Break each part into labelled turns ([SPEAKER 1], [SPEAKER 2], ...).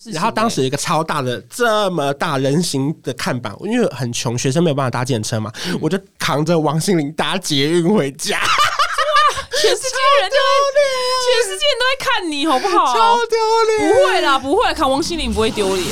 [SPEAKER 1] 事情
[SPEAKER 2] 然后当时
[SPEAKER 1] 欸
[SPEAKER 2] 有一个超大的、这么大人形的看板，因为很穷，学生没有办法搭电车嘛，
[SPEAKER 1] 嗯
[SPEAKER 2] 我就扛着王心凌搭捷运回家，
[SPEAKER 1] 全世界人都在，全世界人都在看你好不
[SPEAKER 2] 超
[SPEAKER 1] 好？
[SPEAKER 2] 丢
[SPEAKER 1] 哦不
[SPEAKER 2] 脸。
[SPEAKER 1] 会啦，不会，看王心凌不会丢脸。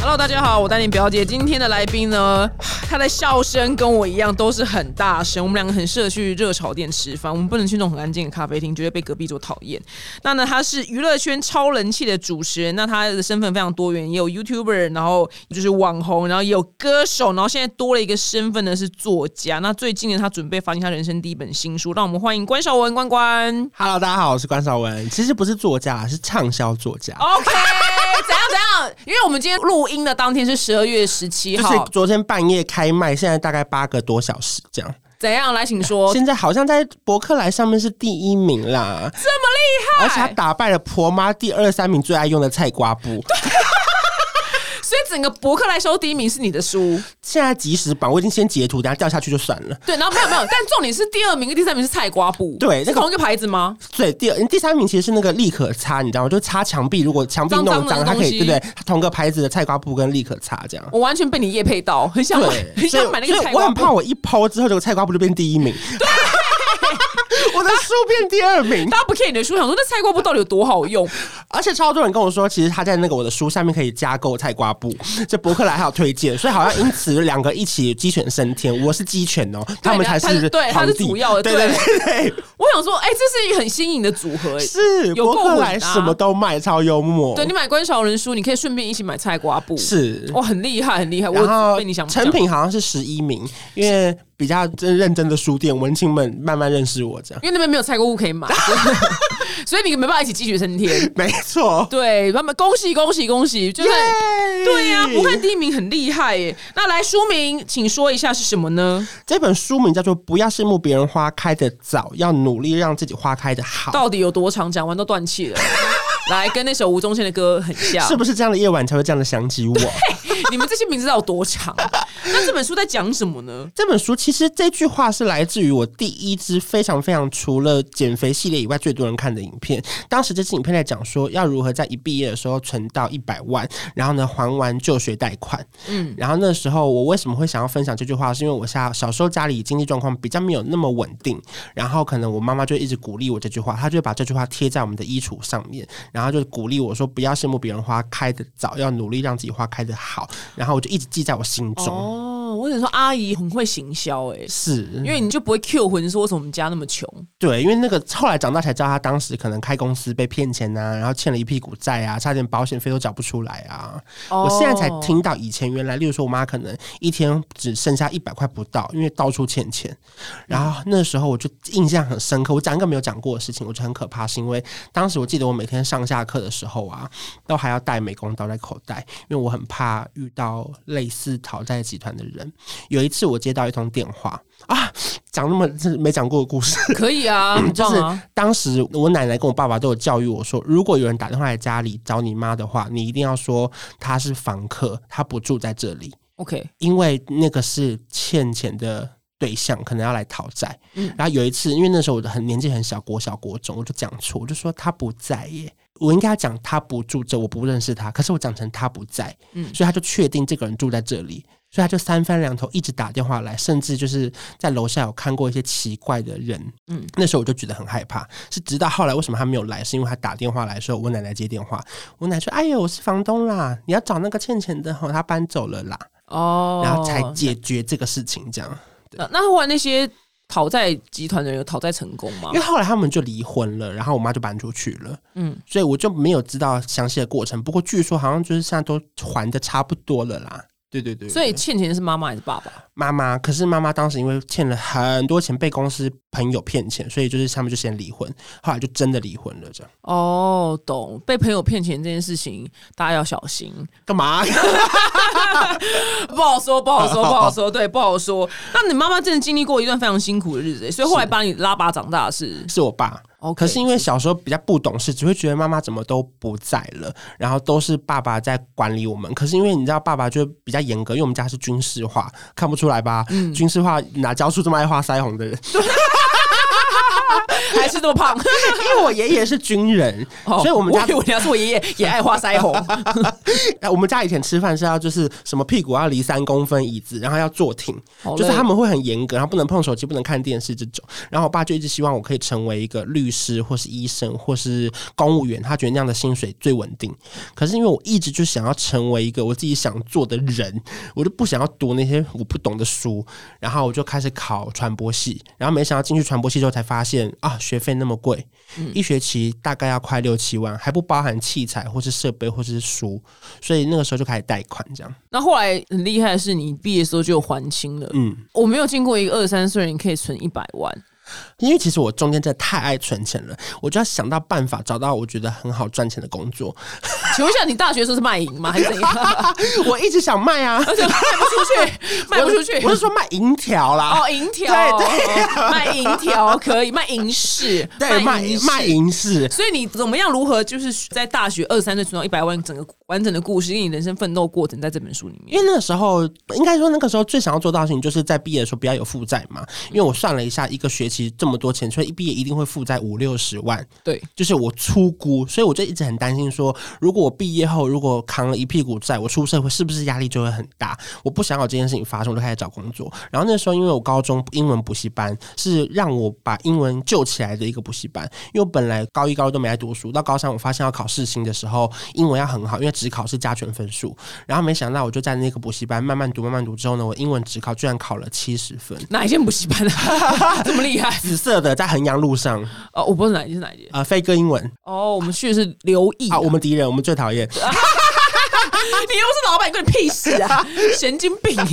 [SPEAKER 1] Hello，大家好，我丹宁表姐。今天的来宾呢，他的笑声跟我一样都是很大声。我们两个很适合去热炒店吃饭，我们不能去那种很安静的咖啡厅，绝对被隔壁桌讨厌。那呢，他是娱乐圈超人气的主持人，那他的身份非常多元，也有 YouTuber，然后就是网红，然后也有歌手，然后现在多了一个身份呢是作家。那最近呢，他准备发行他人生第一本新书，让我们欢迎关少文关关。
[SPEAKER 2] Hello，大家好，我是关少文，其实不是作家，是畅销作家。
[SPEAKER 1] OK，怎 样怎样？因为我们今天录音的当天是十二月十七
[SPEAKER 2] 就是
[SPEAKER 1] 号，
[SPEAKER 2] 昨天半夜开卖，现在大概八个多小时这样。
[SPEAKER 1] 怎样？来，请说。这
[SPEAKER 2] 现在好像在博客来上面是第一名啦，
[SPEAKER 1] 么
[SPEAKER 2] 而
[SPEAKER 1] 厉
[SPEAKER 2] 且他
[SPEAKER 1] 害，
[SPEAKER 2] 打败了婆妈第二三名最爱用的菜瓜布。
[SPEAKER 1] 所以整个博客来收第一名是你的书，
[SPEAKER 2] 现在即时版我已经先截图，等下掉下去就算了。
[SPEAKER 1] 对。然后没有没有，但重点是第二名跟第三名是菜瓜布，
[SPEAKER 2] 对
[SPEAKER 1] 是
[SPEAKER 2] 那个
[SPEAKER 1] 同一个牌子吗？
[SPEAKER 2] 对，第二、第三名其实是那个立可擦，你知道吗？就擦墙壁，如果墙壁弄
[SPEAKER 1] 脏脏的
[SPEAKER 2] 脏，它可
[SPEAKER 1] 东西
[SPEAKER 2] 以对不对？它同个牌子的菜瓜布跟立可擦这样。
[SPEAKER 1] 我完全被你夜配到，很想买，很
[SPEAKER 2] 所以
[SPEAKER 1] 想买那个
[SPEAKER 2] 所以
[SPEAKER 1] 菜
[SPEAKER 2] 我
[SPEAKER 1] 瓜
[SPEAKER 2] 很怕
[SPEAKER 1] 布。
[SPEAKER 2] 我一抛之后，这个菜瓜布就变 第一名。我的书变第二名，
[SPEAKER 1] 大家不 care 你的书，想说那菜瓜布到底有多好用？
[SPEAKER 2] 而且超多人跟我说，其实他在那个我的书下面可以加购菜瓜布，这博客来还有推荐，所以好像因此两个一起鸡犬升天。我是鸡犬哦，他们才
[SPEAKER 1] 他是
[SPEAKER 2] 是
[SPEAKER 1] 对他是
[SPEAKER 2] 皇帝
[SPEAKER 1] 主要的
[SPEAKER 2] 对对对对，
[SPEAKER 1] 我想说，哎、这是一个很新颖的组合、哎
[SPEAKER 2] 是
[SPEAKER 1] 有
[SPEAKER 2] 博
[SPEAKER 1] 够
[SPEAKER 2] 客
[SPEAKER 1] 稳
[SPEAKER 2] 来
[SPEAKER 1] 啊！
[SPEAKER 2] 什么都卖，超幽默。
[SPEAKER 1] 对你买关韶文书，你可以顺便一起买菜瓜布，
[SPEAKER 2] 是
[SPEAKER 1] 哇，很厉害，很厉害。
[SPEAKER 2] 然
[SPEAKER 1] 我
[SPEAKER 2] 后
[SPEAKER 1] 被你想
[SPEAKER 2] 成品好像是十一名，因为比较真认真的书店文青们慢慢认识我这样，
[SPEAKER 1] 因为那边没有菜瓜物可以买， 所以所以你没办法一起鸡犬升天。
[SPEAKER 2] 没错。
[SPEAKER 1] 对，他们恭喜恭喜恭喜！就是
[SPEAKER 2] 耶
[SPEAKER 1] 对 呀、不看第一名很厉害耶。那来书名，请说一下是什么呢？
[SPEAKER 2] 这本书名叫做《不要羡慕别人花开的早，要努力让自己花开的好》，
[SPEAKER 1] 到底有多长？讲完都断气 了。来，跟那首吴宗宪的歌很像。
[SPEAKER 2] 是不是这样的夜晚才会这样的想起我？
[SPEAKER 1] 你们这些名字到底有多 长？那这本书在讲什么呢？
[SPEAKER 2] 这本书其实这句话是来自于我第一支非常非常除了减肥系列以外最多人看的影片。当时这支影片在讲说要如何在一毕业的时候存到一百万，然后呢还完就学贷款。嗯，然后那时候我为什么会想要分享这句话，是因为我小小时候家里经济状况比较没有那么稳定，然后可能我妈妈就一直鼓励我这句话，她就把这句话贴在我们的衣橱上面，然后就鼓励我说不要羡慕别人花开的早，要努力让自己花开的好。然后我就一直记在我心中。
[SPEAKER 1] 哦，我想说阿姨很会行销哎、
[SPEAKER 2] 是，
[SPEAKER 1] 因为你就不会 Q 魂说为什么我们家那么穷，
[SPEAKER 2] 对，因为那个后来长大才知道，他当时可能开公司被骗钱啊，然后欠了一屁股债啊，差点保险费都缴不出来啊。我现在才
[SPEAKER 1] 哦
[SPEAKER 2] 听到，以前原来，例如说我妈可能一天只剩下一百块不到，因为到处欠钱。然后那时候我就印象很深刻，我讲一个没有讲过的事情，我觉得很可怕，是因为当时我记得我每天上下课的时候啊，都还要带美工刀在口袋，因为我很怕遇到类似讨债集团的人。有一次我接到一通电话啊，讲那么这没讲过的故事。
[SPEAKER 1] 可以啊，很
[SPEAKER 2] 就
[SPEAKER 1] 棒
[SPEAKER 2] 是
[SPEAKER 1] 啊，
[SPEAKER 2] 当时我奶奶跟我爸爸都有教育我说，如果有人打电话来家里找你妈的话，你一定要说他是房客，他不住在这里，
[SPEAKER 1] OK。
[SPEAKER 2] 因为那个是欠钱的。对象可能要来讨债，
[SPEAKER 1] 嗯
[SPEAKER 2] 然后有一次，因为那时候我很年纪很小，国小国中，我就讲错，我就说他不在耶，我应该讲他不住这，我不认识他，可是我讲成他不在，
[SPEAKER 1] 嗯
[SPEAKER 2] 所以他就确定这个人住在这里，所以他就三番两头一直打电话来，甚至就是在楼下有看过一些奇怪的人，
[SPEAKER 1] 嗯
[SPEAKER 2] 那时候我就觉得很害怕，是直到后来为什么他没有来，是因为他打电话来的时候，我奶奶接电话，我奶说：“哎呦，我是房东啦，你要找那个欠钱的吼，他搬走了啦。”
[SPEAKER 1] 哦，
[SPEAKER 2] 然后才解决这个事情，这样。
[SPEAKER 1] 那那后来那些讨债集团的人有讨债成功吗
[SPEAKER 2] 因为？后来他们就离婚了，然后我妈就搬出去了，
[SPEAKER 1] 嗯
[SPEAKER 2] 嗯，所以我就没有知道详细的过程。不过据说好像就是现在都还的差不多了啦。对对对，
[SPEAKER 1] 所以欠钱的是妈妈还是爸爸？
[SPEAKER 2] 妈妈，可是妈妈当时因为欠了很多钱，被公司朋友骗钱，所以就是他们就先离婚，后来就真的离婚了。这样
[SPEAKER 1] 哦，懂。被朋友骗钱这件事情，大家要小心。
[SPEAKER 2] 干 嘛？
[SPEAKER 1] 不好说，不好说，不好 说。对，不好说。那你妈妈真的经历过一段非常辛苦的日子、欸所以后来把你拉拔长大的是
[SPEAKER 2] 是我爸。
[SPEAKER 1] OK
[SPEAKER 2] 可是因为小时候比较不懂事，只会觉得妈妈怎么都不在了，然后都是爸爸在管理我们。可是因为你知道，爸爸就比较严格，因为我们家是军事嗯 化，看不出来吧？军事化哪教出这么爱画腮红的人？
[SPEAKER 1] 还是那么 胖。哦
[SPEAKER 2] 因为我爷爷是军 人，所哦以我们家
[SPEAKER 1] 我
[SPEAKER 2] 呃
[SPEAKER 1] 以为你要是我 爷爷也爱画腮红，
[SPEAKER 2] 我们家以前吃饭是要就是什么屁股要离三公分椅子，然后要坐挺，
[SPEAKER 1] 好
[SPEAKER 2] 就是
[SPEAKER 1] 累
[SPEAKER 2] 他们会很严格，然后不能碰手机，不能看电视这种。然后我爸就一直希望我可以成为一个律师，或是医生，或是公务员，他觉得那样的薪水最稳定。可是因为我一直就想要成为一个我自己想做的人，我就不想要读那些我不懂的书，然后我就开始考传播系，然后没想到进去传播系之后才发现啊，学费那么贵，
[SPEAKER 1] 嗯
[SPEAKER 2] 一学期大概要快六七万，还不包含器材或是设备或是书，所以那个时候就开始贷款这样。
[SPEAKER 1] 那后来很厉害的是，你毕业的时候就有还清了。
[SPEAKER 2] 嗯，
[SPEAKER 1] 我没有见过一个二十三岁人可以存一百万，
[SPEAKER 2] 因为其实我中间真的太爱存钱了，我就要想到办法找到我觉得很好赚钱的工 作。
[SPEAKER 1] 请问一下，你大学的时候是卖淫吗？还是怎 样？
[SPEAKER 2] 我一直想卖啊，
[SPEAKER 1] 而且卖不出去， 卖不出去。
[SPEAKER 2] 我是说卖银条啦。
[SPEAKER 1] 哦，银条，
[SPEAKER 2] 对
[SPEAKER 1] 哦卖银条可以，卖银饰，
[SPEAKER 2] 对，卖
[SPEAKER 1] 银饰
[SPEAKER 2] 卖。银饰，
[SPEAKER 1] 所以你怎么样？如何就是在大学二三岁存到一百万，整个完整的故事，跟你人生奋斗过程，在这本书里面。
[SPEAKER 2] 因为那个时候，应该说那个时候最想要做到的事情，就是在毕业的时候不要有负债嘛。因为我算了一下，一个学期这么多钱，所以一毕业一定会负债五六十万，
[SPEAKER 1] 对，
[SPEAKER 2] 就是我粗估。所以我就一直很担心说，如果我毕业后如果扛了一屁股债，我出社会是不是压力就会很大？我不想要这件事情发生，我就开始找工作。然后那时候因为我高中英文补习班是让我把英文救起来的一个补习班，因为我本来高一高二都没来读书，到高三我发现要考试新的时候，英文要很好，因为只考是加权分数。然后没想到我就在那个补习班慢慢读慢慢读之后呢，我英文只考居然考了七十分。
[SPEAKER 1] 哪一间补习班啊？ 这么厉害？
[SPEAKER 2] 紫色的在衡阳路上，
[SPEAKER 1] 哦，我不知道哪一间是哪一间。
[SPEAKER 2] 呃，飞哥英文
[SPEAKER 1] 哦，我们去的是刘毅
[SPEAKER 2] 啊，我们敌人，我们最讨厌。
[SPEAKER 1] 你又是老板，关你屁事 啊！神经病！我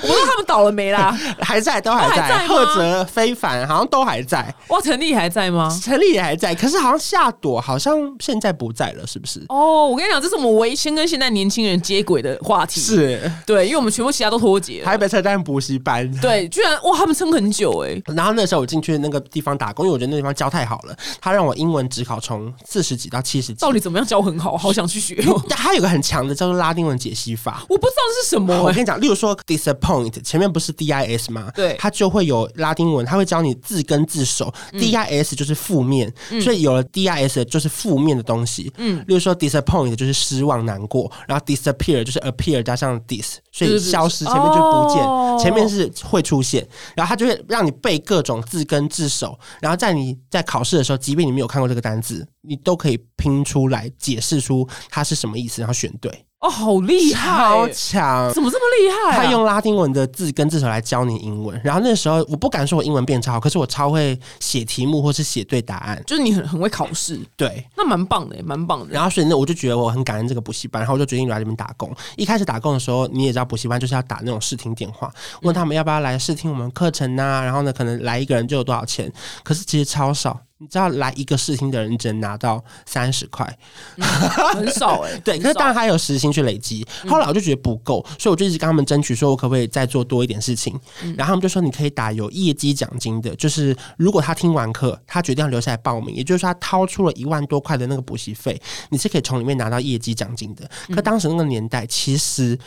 [SPEAKER 1] 不知道他们倒了没啦。
[SPEAKER 2] 还在，都还
[SPEAKER 1] 都还
[SPEAKER 2] 在，
[SPEAKER 1] 在吗
[SPEAKER 2] 赫哲、非凡好像都还在，
[SPEAKER 1] 哇，陈立还在吗？
[SPEAKER 2] 陈立也还在，可是好像夏朵好像现在不在了，是不是？
[SPEAKER 1] 哦，我跟你讲，这是我们唯一先跟现在年轻人接轨的话题。，
[SPEAKER 2] 是
[SPEAKER 1] 对，因为我们全部其他都脱节了。
[SPEAKER 2] 台北车站补习班。
[SPEAKER 1] 对，居然哇，他们撑很久哎、
[SPEAKER 2] 然后那时候我进去那个地方打工，因为我觉得那地方教太好了，他让我英文只考从四十几到七十几
[SPEAKER 1] 到。底怎么样教很好？好想去学哦。
[SPEAKER 2] 但他有个很强的叫做拉丁文解析法。
[SPEAKER 1] 我不知道这是什么
[SPEAKER 2] 我
[SPEAKER 1] 哎、
[SPEAKER 2] 跟你讲，例如说 disappoint 前面不是 D I S 吗？
[SPEAKER 1] 对
[SPEAKER 2] 它就会有拉丁文，它会教你字根字首。D
[SPEAKER 1] 嗯
[SPEAKER 2] I S 就是负面，所以有了 D I S 就是负面的东西。嗯，例如说 disappoint 就是失望、难过，然后 disappear 就是 appear 加上 dis，所以
[SPEAKER 1] 就是
[SPEAKER 2] 消失前面就是不见，
[SPEAKER 1] 哦
[SPEAKER 2] 前面是会出现，然后它就会让你背各种字根字首，然后在你在考试的时候，即便你没有看过这个单字，你都可以拼出来，解释出它是什么意思，然后选对。
[SPEAKER 1] 哦，好厉害
[SPEAKER 2] 超
[SPEAKER 1] 欸、
[SPEAKER 2] 强！
[SPEAKER 1] 怎么这么厉害、啊？
[SPEAKER 2] 他用拉丁文的字跟字首来教你英文。然后那时候我不敢说我英文变超好，可是我超会写题目或是写对答案。
[SPEAKER 1] 就是你很很会考试，
[SPEAKER 2] 对。
[SPEAKER 1] 那蛮棒的、欸，蛮棒的。
[SPEAKER 2] 然后所以那我就觉得我很感恩这个补习班，然后我就决定留在这边打工。一开始打工的时候，你也知道补习班就是要打那种试听电话，问他们要不要来试听我们课程呐、然后呢，可能来一个人就有多少钱，可是其实超少。你知道来一个试听的人只能拿到三十块，
[SPEAKER 1] 很少哎、
[SPEAKER 2] 对，
[SPEAKER 1] 很
[SPEAKER 2] 可是当然
[SPEAKER 1] 少
[SPEAKER 2] 他有时薪去累积。后来我就觉得不够，所以我就一直跟他们争取，说我可不可以再做多一点事情。然后他们就说你可以打有业绩奖金的，就是如果他听完课，他决定要留下来报名，也就是说他掏出了一万多块的那个补习费，你是可以从里面拿到业绩奖金的。可当时那个年代，其实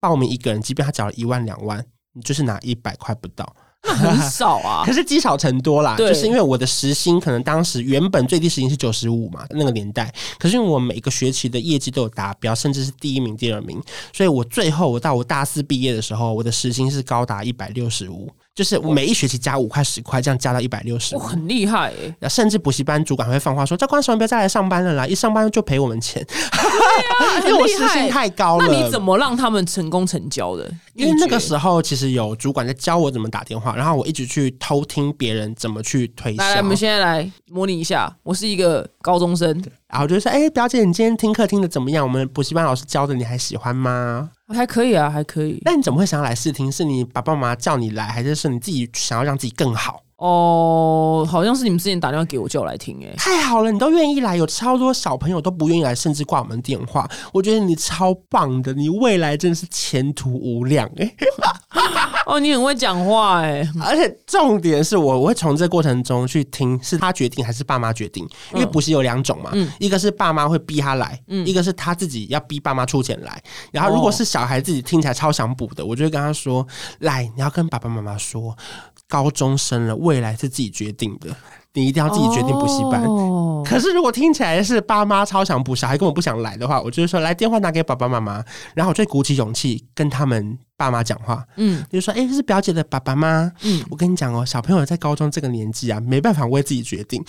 [SPEAKER 2] 报名一个人，即便他缴了一万两万，你就是拿一百块不到。
[SPEAKER 1] 那很少 啊
[SPEAKER 2] 可。是积少成多啦，
[SPEAKER 1] 对
[SPEAKER 2] 就是因为我的时薪可能当时原本最低时薪是九十五嘛，那个年代，可是因为我每个学期的业绩都有达标，甚至是第一名、第二名，所以我最后我到我大四毕业的时候，我的时薪是高达一百六十五，就是我每一学期加五块、十块，这样加到一百六十
[SPEAKER 1] 我
[SPEAKER 2] 五。
[SPEAKER 1] 很厉害哎、
[SPEAKER 2] 那甚至补习班主管还会放话说：“教官，千万不要再来上班了啦！一上班就赔我们钱，
[SPEAKER 1] 欸，
[SPEAKER 2] 因为我
[SPEAKER 1] 很厉
[SPEAKER 2] 时
[SPEAKER 1] 害
[SPEAKER 2] 薪太高了。”
[SPEAKER 1] 那你怎么让他们成功成交的？
[SPEAKER 2] 因为那个
[SPEAKER 1] 秘诀
[SPEAKER 2] 时候其实有主管在教我怎么打电话，然后我一直去偷听别人怎么去推销。
[SPEAKER 1] 来来，我们现在来模拟一下。我是一个高中生，
[SPEAKER 2] 然后就说：“哎、表姐，你今天听课听的怎么样？我们补习班老师教的，你还喜欢吗？
[SPEAKER 1] 还可以啊，还可以。
[SPEAKER 2] 那你怎么会想要来试听？是你爸爸妈妈叫你来，还是是你自己想要让自己更好？
[SPEAKER 1] 哦，好像是你们之前打电话给我叫我来听、欸，
[SPEAKER 2] 太好了，你都愿意来，有超多小朋友都不愿意来，甚至挂我们电话。我觉得你超棒的，你未来真的是前途无量哎、
[SPEAKER 1] 哦，你很会讲话、欸，
[SPEAKER 2] 而且重点是我我会从这过程中去听，是他决定还是爸妈决定？因为补习有两种嘛，一个是爸妈会逼他来，一个是他自己要逼爸妈出钱来。然后如果是小孩自己听起来超想补的，我就会跟他说：“来，你要跟爸爸妈妈说。”高中生了，未来是自己决定的。你一定要自己决定补习班。
[SPEAKER 1] 哦
[SPEAKER 2] 可是如果听起来是爸妈超想补，小孩根本不想来的话，我就是说来电话打给爸爸妈妈，然后我就鼓起勇气跟他们爸妈讲话，
[SPEAKER 1] 嗯
[SPEAKER 2] 就说：“哎、是表姐的爸爸吗？”
[SPEAKER 1] 嗯，
[SPEAKER 2] 我跟你讲哦，小朋友在高中这个年纪啊，没办法为自己决定，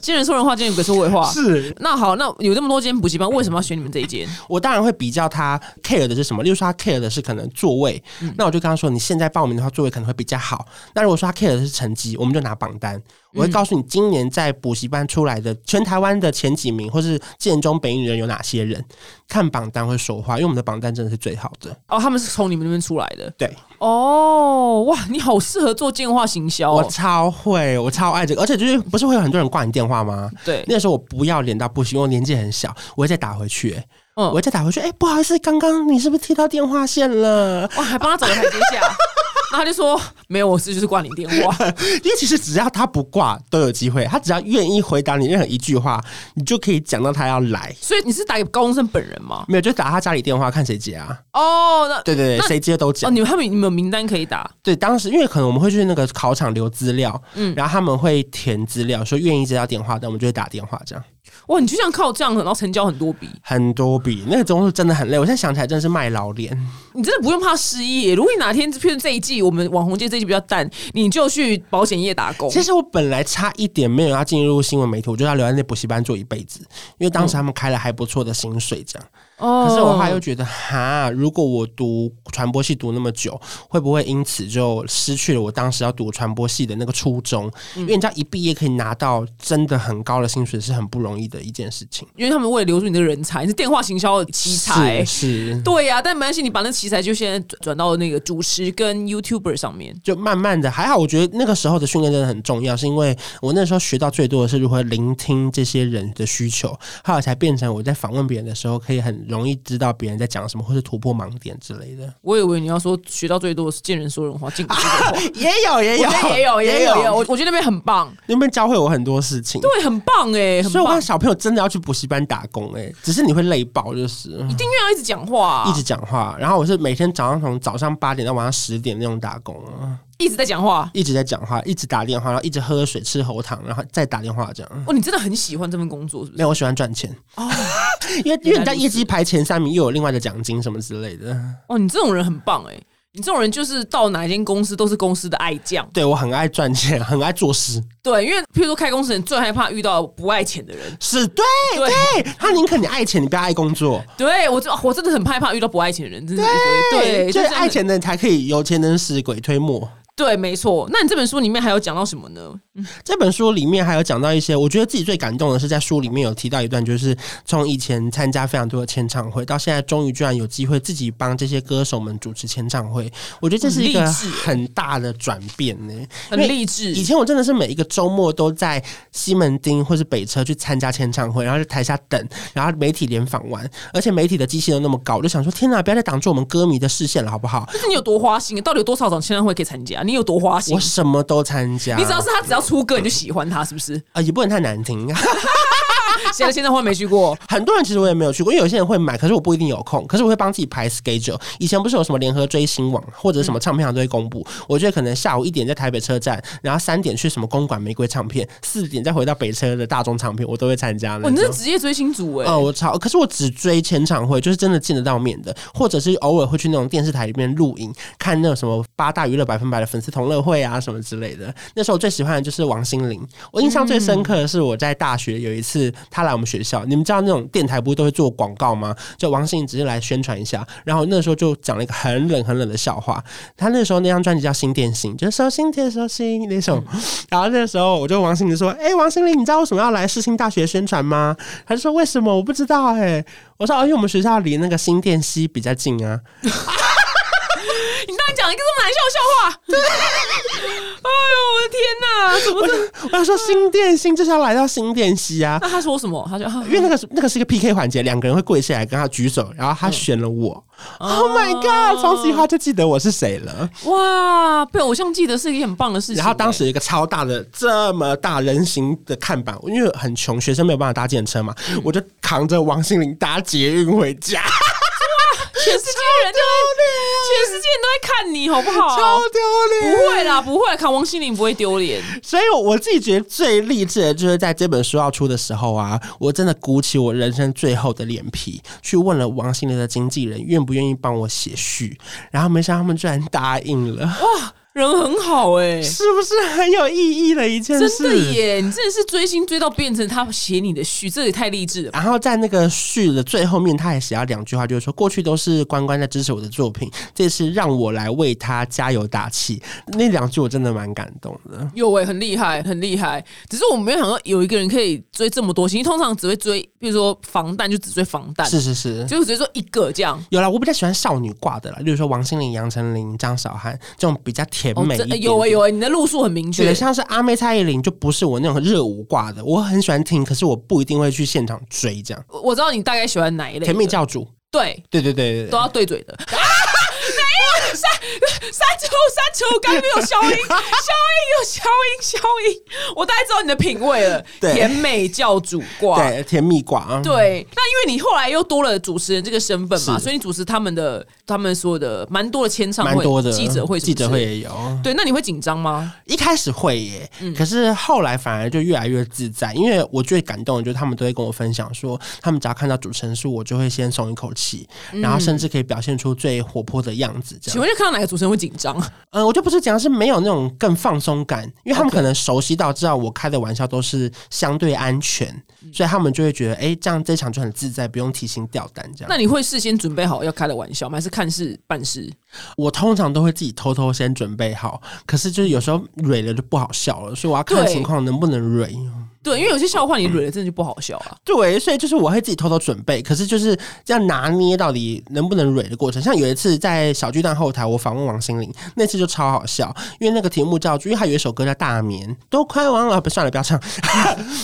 [SPEAKER 1] 见人说人话，见鬼说鬼话。
[SPEAKER 2] 是
[SPEAKER 1] 那好，那有这么多间补习班，为什么要选你们这一间？
[SPEAKER 2] 我当然会比较他 care 的是什么，例如说他 care 的是可能座位，那我就跟他说，你现在报名的话，座位可能会比较好。那如果说他 care 的是成绩，我们就拿榜单，我会告诉你今年在补习班出来的全台湾的前几名，或是建中北影人有哪些人，看榜单会说话，因为我们的榜单真的是最好的。
[SPEAKER 1] 哦，他们是从你们那边出来的。
[SPEAKER 2] 对
[SPEAKER 1] 哦，哇，你好适合做电话行销、
[SPEAKER 2] 我
[SPEAKER 1] 哦。
[SPEAKER 2] 超会，我超爱这个，而且就是不是会有很多人挂你电话吗？
[SPEAKER 1] 对，
[SPEAKER 2] 那时候我不要脸到不行，因为我年纪很小，我会再打回去、欸
[SPEAKER 1] 嗯
[SPEAKER 2] 我会再打回去，哎、不好意思，刚刚你是不是踢到电话线了？
[SPEAKER 1] 哇，还帮他找个台阶下。那他就说没有，我是就是挂你电话。
[SPEAKER 2] 因为其实只要他不挂都有机会，他只要愿意回答你任何一句话，你就可以讲到他要来。
[SPEAKER 1] 所以你是打给高中生本人吗？
[SPEAKER 2] 没有，就打他家里电话看谁接啊？
[SPEAKER 1] 哦，那
[SPEAKER 2] 对对对，谁接都讲。
[SPEAKER 1] 哦，你们他们你们有名单可以打。
[SPEAKER 2] 对，当时因为可能我们会去那个考场留资料，
[SPEAKER 1] 嗯
[SPEAKER 2] 嗯，然后他们会填资料，说愿意接到电话的，我们就会打电话这样。
[SPEAKER 1] 哇，你就像靠这样，然后成交很多笔，
[SPEAKER 2] 很多笔，那个东西真的很累。我现在想起来真的是卖老脸，
[SPEAKER 1] 你真的不用怕失业。如果你哪天，譬如这一季我们网红界这一季比较淡，你就去保险业打工。
[SPEAKER 2] 其实我本来差一点没有要进入新闻媒体，我就要留在那补习班做一辈子，因为当时他们开了还不错的薪水，这样。
[SPEAKER 1] 哦
[SPEAKER 2] 可是我后来又觉得，哈，如果我读传播系读那么久，会不会因此就失去了我当时要读传播系的那个初衷？
[SPEAKER 1] 嗯
[SPEAKER 2] 因为你知道，一毕业可以拿到真的很高的薪水是很不容易的一件事情。
[SPEAKER 1] 因为他们为了留住你的人才，你是电话行销的奇才。
[SPEAKER 2] 是是，
[SPEAKER 1] 对呀、但没关系，你把那奇才就现在转转到那个主持跟 YouTuber 上面。
[SPEAKER 2] 就慢慢的还好。我觉得那个时候的训练真的很重要，是因为我那时候学到最多的是如何聆听这些人的需求，后来才变成我在访问别人的时候可以很容易知道别人在讲什么，或是突破盲点之类的。
[SPEAKER 1] 我以为你要说学到最多的是见人说人话，见鬼说鬼 话。
[SPEAKER 2] 也有，也
[SPEAKER 1] 我觉得也有，也有，也有。我我觉得那边很棒，
[SPEAKER 2] 你们教会我很多事情。
[SPEAKER 1] 对，很棒哎、很
[SPEAKER 2] 所以我
[SPEAKER 1] 棒
[SPEAKER 2] 看。小朋友真的要去补习班打工、欸，只是你会累爆，就是
[SPEAKER 1] 一定啊要一直讲话、
[SPEAKER 2] 一直讲话。然后我是每天早上从早上八点到晚上十点那种打工啊，
[SPEAKER 1] 一直在讲话。
[SPEAKER 2] 一直在讲话，一直打电话，然后一直喝水、吃喉糖，然后再打电话这样。
[SPEAKER 1] 哦，你真的很喜欢这份工作，是不
[SPEAKER 2] 没
[SPEAKER 1] 是？
[SPEAKER 2] 有，我喜欢赚钱，
[SPEAKER 1] 哦，
[SPEAKER 2] 因为因为你在业绩排前三名，又有另外的奖金什么之类的。
[SPEAKER 1] 哦，你这种人很棒哎、你这种人就是到哪一间公司都是公司的爱将，
[SPEAKER 2] 对我很爱赚钱，很爱做事，
[SPEAKER 1] 对，因为譬如说开公司人最害怕遇到不爱钱的人，
[SPEAKER 2] 是对
[SPEAKER 1] 对
[SPEAKER 2] 对。他宁可你爱钱，你不要爱工作。
[SPEAKER 1] 对我真我真的很害怕遇到不爱钱的人，真的是对，
[SPEAKER 2] 就是
[SPEAKER 1] 这样
[SPEAKER 2] 爱钱的人才可以有钱能使鬼推磨。
[SPEAKER 1] 对，没错。那你这本书里面还有讲到什么呢？
[SPEAKER 2] 这本书里面还有讲到一些，我觉得自己最感动的是在书里面有提到一段，就是从以前参加非常多的签唱会，到现在终于居然有机会自己帮这些歌手们主持签唱会，我觉得这是一个
[SPEAKER 1] 很励志
[SPEAKER 2] 很大的转变呢、
[SPEAKER 1] 很励志
[SPEAKER 2] 以，前我真的是每一个周末都在西门町或是北车去参加签唱会，然后在台下等，然后媒体联访完，而且媒体的机器都那么高，我就想说天哪，不要再挡住我们歌迷的视线了，好不好？
[SPEAKER 1] 就是你有多花心，到底有多少场签唱会可以参加？你有多花心
[SPEAKER 2] 我？什么都参加，
[SPEAKER 1] 你只要是他只要出歌，你就喜欢他，是不 是？
[SPEAKER 2] 啊、也不能太难听。
[SPEAKER 1] 现在签唱会没去过，
[SPEAKER 2] 很多人其实我也没有去过，因为有些人会买，可是我不一定有空，可是我会帮自己排 schedule。以前不是有什么联合追星网或者什么唱片行都会公布，我觉得可能下午一点在台北车站，然后三点去什么公馆玫瑰唱片，四点再回到北车的大众唱片，我都会参加
[SPEAKER 1] 哇，
[SPEAKER 2] 那
[SPEAKER 1] 你这
[SPEAKER 2] 种
[SPEAKER 1] 是。职业追星族哎、
[SPEAKER 2] 哦，我超！可是我只追前场会，就是真的见得到面的，或者是偶尔会去那种电视台里面录影，看那种什么八大娱乐百分百的粉丝同乐会啊什么之类的。那时候我最喜欢的就是王心凌，我印象最深刻的是我在大学有一次她来我们学校，你们知道那种电台不是都会做广告吗？就王心凌只是来宣传一下，然后那时候就讲了一个很冷很冷的笑话。她那时候那张专辑叫《心电心》，就是手心贴手心那首。然后那时候我就王心凌说：“哎、王心凌，你知道为什么要来世新大学宣传吗？”他就说为什么我不知道哎、我说哦，因为我们学校离那个新店溪比较近啊。
[SPEAKER 1] 你到底讲了一个这么难笑的笑话？对，哎呦我的天哪，怎么这？
[SPEAKER 2] 我就说新店新就是要来到新店溪啊，
[SPEAKER 1] 那他说什么？他说、啊
[SPEAKER 2] 因为那个是那个是一个 PK 环节，两个人会跪下来跟他举手，然后他选了我。Oh my god！从此以后他就记得我是谁了。
[SPEAKER 1] 哇，被偶像记得是一件很棒的事情、哎
[SPEAKER 2] 然后当时有一个超大的、这么大人形的看板，因为很穷，学生没有办法搭电车嘛，我就扛着王心凌搭捷运回家。
[SPEAKER 1] 哎全世界人就会，全全世界人都在看你，好不好
[SPEAKER 2] 超？丢
[SPEAKER 1] 不
[SPEAKER 2] 脸。
[SPEAKER 1] 会啦，不会，卡王心凌不会丢脸。
[SPEAKER 2] 所以我，我自己觉得最励志的就是在这本书要出的时候啊，我真的鼓起我人生最后的脸皮，去问了王心凌的经纪人愿不愿意帮我写序，然后没想到他们居然答应了，
[SPEAKER 1] 人很好哎、
[SPEAKER 2] 哦是不是很有意义的一件事？
[SPEAKER 1] 真的耶！你真的是追星追到变成他写你的序，这也太励志了吧。
[SPEAKER 2] 然后在那个序的最后面，他也写了两句话，就是说过去都是关关在支持我的作品，这次让我来为他加油打气。那两句我真的蛮感动的。
[SPEAKER 1] 有哎、很厉害，很厉害。只是我没有想到有一个人可以追这么多星，因为通常只会追，比如说防弹就只追防弹，
[SPEAKER 2] 是是是。
[SPEAKER 1] 就只会说一个这样。
[SPEAKER 2] 有啦，我比较喜欢少女挂的啦，例如说王心凌、杨丞琳、张韶涵这种比较甜
[SPEAKER 1] 哦
[SPEAKER 2] 美一，
[SPEAKER 1] 真
[SPEAKER 2] 点
[SPEAKER 1] 哎
[SPEAKER 2] 点。
[SPEAKER 1] 有哎、有哎、你的路数很明
[SPEAKER 2] 觉
[SPEAKER 1] 确
[SPEAKER 2] 得。像是阿妹、蔡依林就不是我那种热舞挂的，我很喜欢听，可是我不一定会去现场追这样。
[SPEAKER 1] 我我知道你大概喜欢哪一类的，
[SPEAKER 2] 甜蜜教主，
[SPEAKER 1] 对，
[SPEAKER 2] 对对对对
[SPEAKER 1] 都
[SPEAKER 2] 对，
[SPEAKER 1] 要对嘴的。 啊！没有三三九三九，刚刚没有消 音，消音有消音消音，我大概知道你的品味了。
[SPEAKER 2] 对
[SPEAKER 1] 甜美教主挂，
[SPEAKER 2] 对甜蜜挂啊，
[SPEAKER 1] 对，那因为你后来又多了主持人这个身份嘛，
[SPEAKER 2] 是
[SPEAKER 1] 所以你主持他们的他们所有的蛮多的签唱
[SPEAKER 2] 蛮
[SPEAKER 1] 会、
[SPEAKER 2] 多的
[SPEAKER 1] 记者会、
[SPEAKER 2] 记者会。也有。
[SPEAKER 1] 对，那你会紧张吗？
[SPEAKER 2] 一开始会耶，
[SPEAKER 1] 嗯
[SPEAKER 2] 可是后来反而就越来越自在，因为我最感动的就是他们都会跟我分享说，他们只要看到主持人是我就会先松一口气，然
[SPEAKER 1] 嗯
[SPEAKER 2] 后甚至可以表现出最活泼的样子。这
[SPEAKER 1] 请
[SPEAKER 2] 样，
[SPEAKER 1] 问就看到哪个主持人会紧 张？
[SPEAKER 2] 嗯、我就不是讲是没有那种更放松感，因为他们可能熟悉到知道我开的玩笑都是相对安全，
[SPEAKER 1] 嗯
[SPEAKER 2] 所以他们就会觉得，哎、这样这场就很自在，不用提心吊胆这样。
[SPEAKER 1] 那你会事先准备好要开的玩笑吗？还是看事办事？
[SPEAKER 2] 我通常都会自己偷偷先准备好，可是就是有时候蕊了就不好笑了，所以我要看
[SPEAKER 1] 对
[SPEAKER 2] 情况能不能蕊。
[SPEAKER 1] 对，因为有些笑话你蕊了真的就不好笑啊。
[SPEAKER 2] 对，所以就是我会自己偷偷准备，可是就是这样拿捏到底能不能蕊的过程。像有一次在小巨蛋后台，我访问王心凌，那次就超好笑，因为那个题目叫，因为她有一首歌叫《大眠》，都快忘了，不算了，不要唱。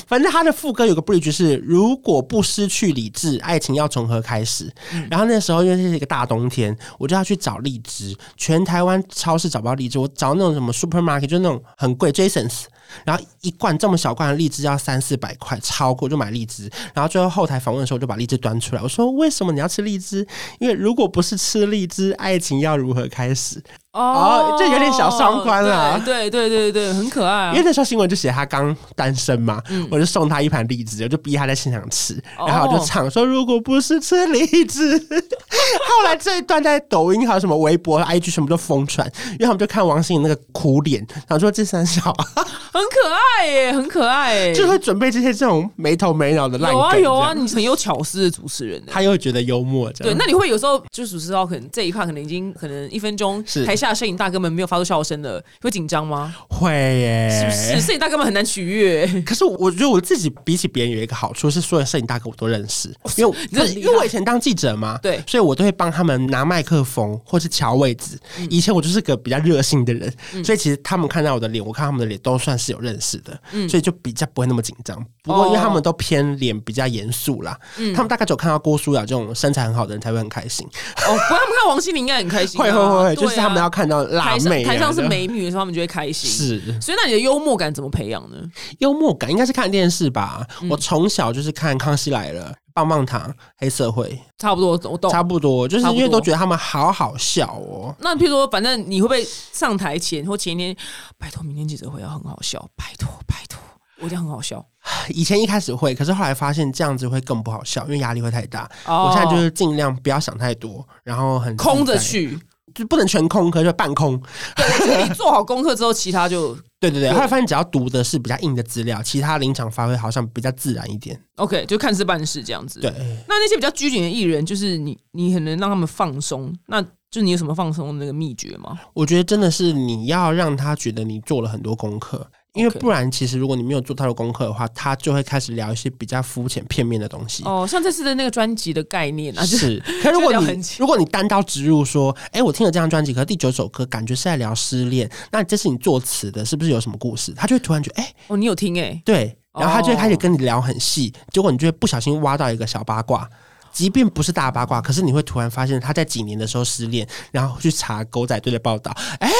[SPEAKER 2] 反正她的副歌有个 bridge 是“如果不失去理智，爱情要从何开始”。然后那时候因为这是一个大冬天，我就要去找荔枝，全台湾超市找不到荔枝，我找那种什么 supermarket，就那种很贵 Jasons。然后一罐这么小罐的荔枝要三四百块，超过就买荔枝。然后最后后台访问的时候，我就把荔枝端出来，我说为什么你要吃荔枝？因为如果不是吃荔枝，爱情要如何开始？哦这有点小双关啦
[SPEAKER 1] 对对对对对，很可爱啊嗯
[SPEAKER 2] 因为。那时候新闻就写他刚单身嘛，我就送他一盘荔枝，我就逼他在现场吃，
[SPEAKER 1] 哦
[SPEAKER 2] 然后我就唱说如果不是吃荔枝， 后来这一段在抖音还有什么微博、IG 什么都疯传，因为他们就看王心凌那个苦脸，想说这三小啊
[SPEAKER 1] 很可爱耶，很可爱耶。
[SPEAKER 2] 就会准备这些这种没头没脑的烂
[SPEAKER 1] 有
[SPEAKER 2] 梗，
[SPEAKER 1] 啊有啊，，你很有巧思的主持人耶。
[SPEAKER 2] 他又会觉得幽默这
[SPEAKER 1] 对，
[SPEAKER 2] 样。
[SPEAKER 1] 那你会有时候就主持到可能这一趴可能已经可能一分钟
[SPEAKER 2] 是，
[SPEAKER 1] 台下摄影大哥们没有发出笑声了，会紧张吗？
[SPEAKER 2] 会耶，
[SPEAKER 1] 是不是？摄影大哥们很难取悦，
[SPEAKER 2] 可是我觉得我自己比起别人有一个好处是，所有摄影大哥我都认识，因为我
[SPEAKER 1] 哦你真的
[SPEAKER 2] 不
[SPEAKER 1] 很
[SPEAKER 2] 是
[SPEAKER 1] 厉害
[SPEAKER 2] 因为我以前当记者嘛，
[SPEAKER 1] 对
[SPEAKER 2] 所以我都会帮他们拿麦克风或是调位置。
[SPEAKER 1] 嗯
[SPEAKER 2] 以前我就是个比较热心的人，所以其实他们看到我的脸，我看他们的脸都算是有认识的，
[SPEAKER 1] 嗯
[SPEAKER 2] 所以就比较不会那么紧张。不
[SPEAKER 1] 哦
[SPEAKER 2] 过因为他们都偏脸比较严肃啦，
[SPEAKER 1] 嗯
[SPEAKER 2] 他们大概只有看到郭书瑶这种身材很好的人才会很开心，
[SPEAKER 1] 哦，不过他们看王心凌应该很开心啊、
[SPEAKER 2] 会会会会，
[SPEAKER 1] 对啊
[SPEAKER 2] 就是他们要看到辣
[SPEAKER 1] 台上
[SPEAKER 2] 妹啊，
[SPEAKER 1] 台上是
[SPEAKER 2] 这样
[SPEAKER 1] 美女的时候，他们就会开心。，
[SPEAKER 2] 是。
[SPEAKER 1] 所以那你的幽默感怎么培养呢？
[SPEAKER 2] 幽默感应该是看电视吧。
[SPEAKER 1] 嗯
[SPEAKER 2] 我从小就是看《康熙来了》《棒棒糖》《黑社会
[SPEAKER 1] 差不多，我懂》，。
[SPEAKER 2] 差不多，就是
[SPEAKER 1] 哦差不多
[SPEAKER 2] 因为都觉得他们好好笑哦。
[SPEAKER 1] 那譬如说，反正你会不会上台前或前一天，拜托明天记者会要很好笑，拜托拜托，我一定要很好笑。
[SPEAKER 2] 以前一开始会，可是后来发现这样子会更不好笑，因为压力会太大。
[SPEAKER 1] 哦
[SPEAKER 2] 我现在就是尽量不要想太多，然后很自在
[SPEAKER 1] 空着，去，
[SPEAKER 2] 就不能全空，可是就半空。
[SPEAKER 1] 就是你做好功课之后，其他就
[SPEAKER 2] 对对对，
[SPEAKER 1] 对
[SPEAKER 2] 后来发现只要读的是比较硬的资料，其他临场发挥好像比较自然一点。
[SPEAKER 1] OK，就看事办事这样子。
[SPEAKER 2] 对，，
[SPEAKER 1] 那那些比较拘谨的艺人，就是你，你很能让他们放松。那就你有什么放松的那个秘诀吗？
[SPEAKER 2] 我觉得真的是你要让他觉得你做了很多功课，因为
[SPEAKER 1] OK
[SPEAKER 2] 不然其实如果你没有做他的功课的话，他就会开始聊一些比较肤浅片面的东西。
[SPEAKER 1] 哦，像这次的那个专辑的概念啊，就是
[SPEAKER 2] 是，可是如果
[SPEAKER 1] 就聊
[SPEAKER 2] 你
[SPEAKER 1] 很浅
[SPEAKER 2] 如果你单刀直入说，哎、我听了这张专辑，可是第九首歌感觉是在聊失恋，那这是你作词的，是不是有什么故事？他就会突然觉得，哎、
[SPEAKER 1] 哦，你有听哎、
[SPEAKER 2] 对，然后他就会
[SPEAKER 1] 哦
[SPEAKER 2] 开始跟你聊很细，结果你就会不小心挖到一个小八卦。即便不是大八卦，可是你会突然发现他在几年的时候失恋，然后去查狗仔队的报道，哎、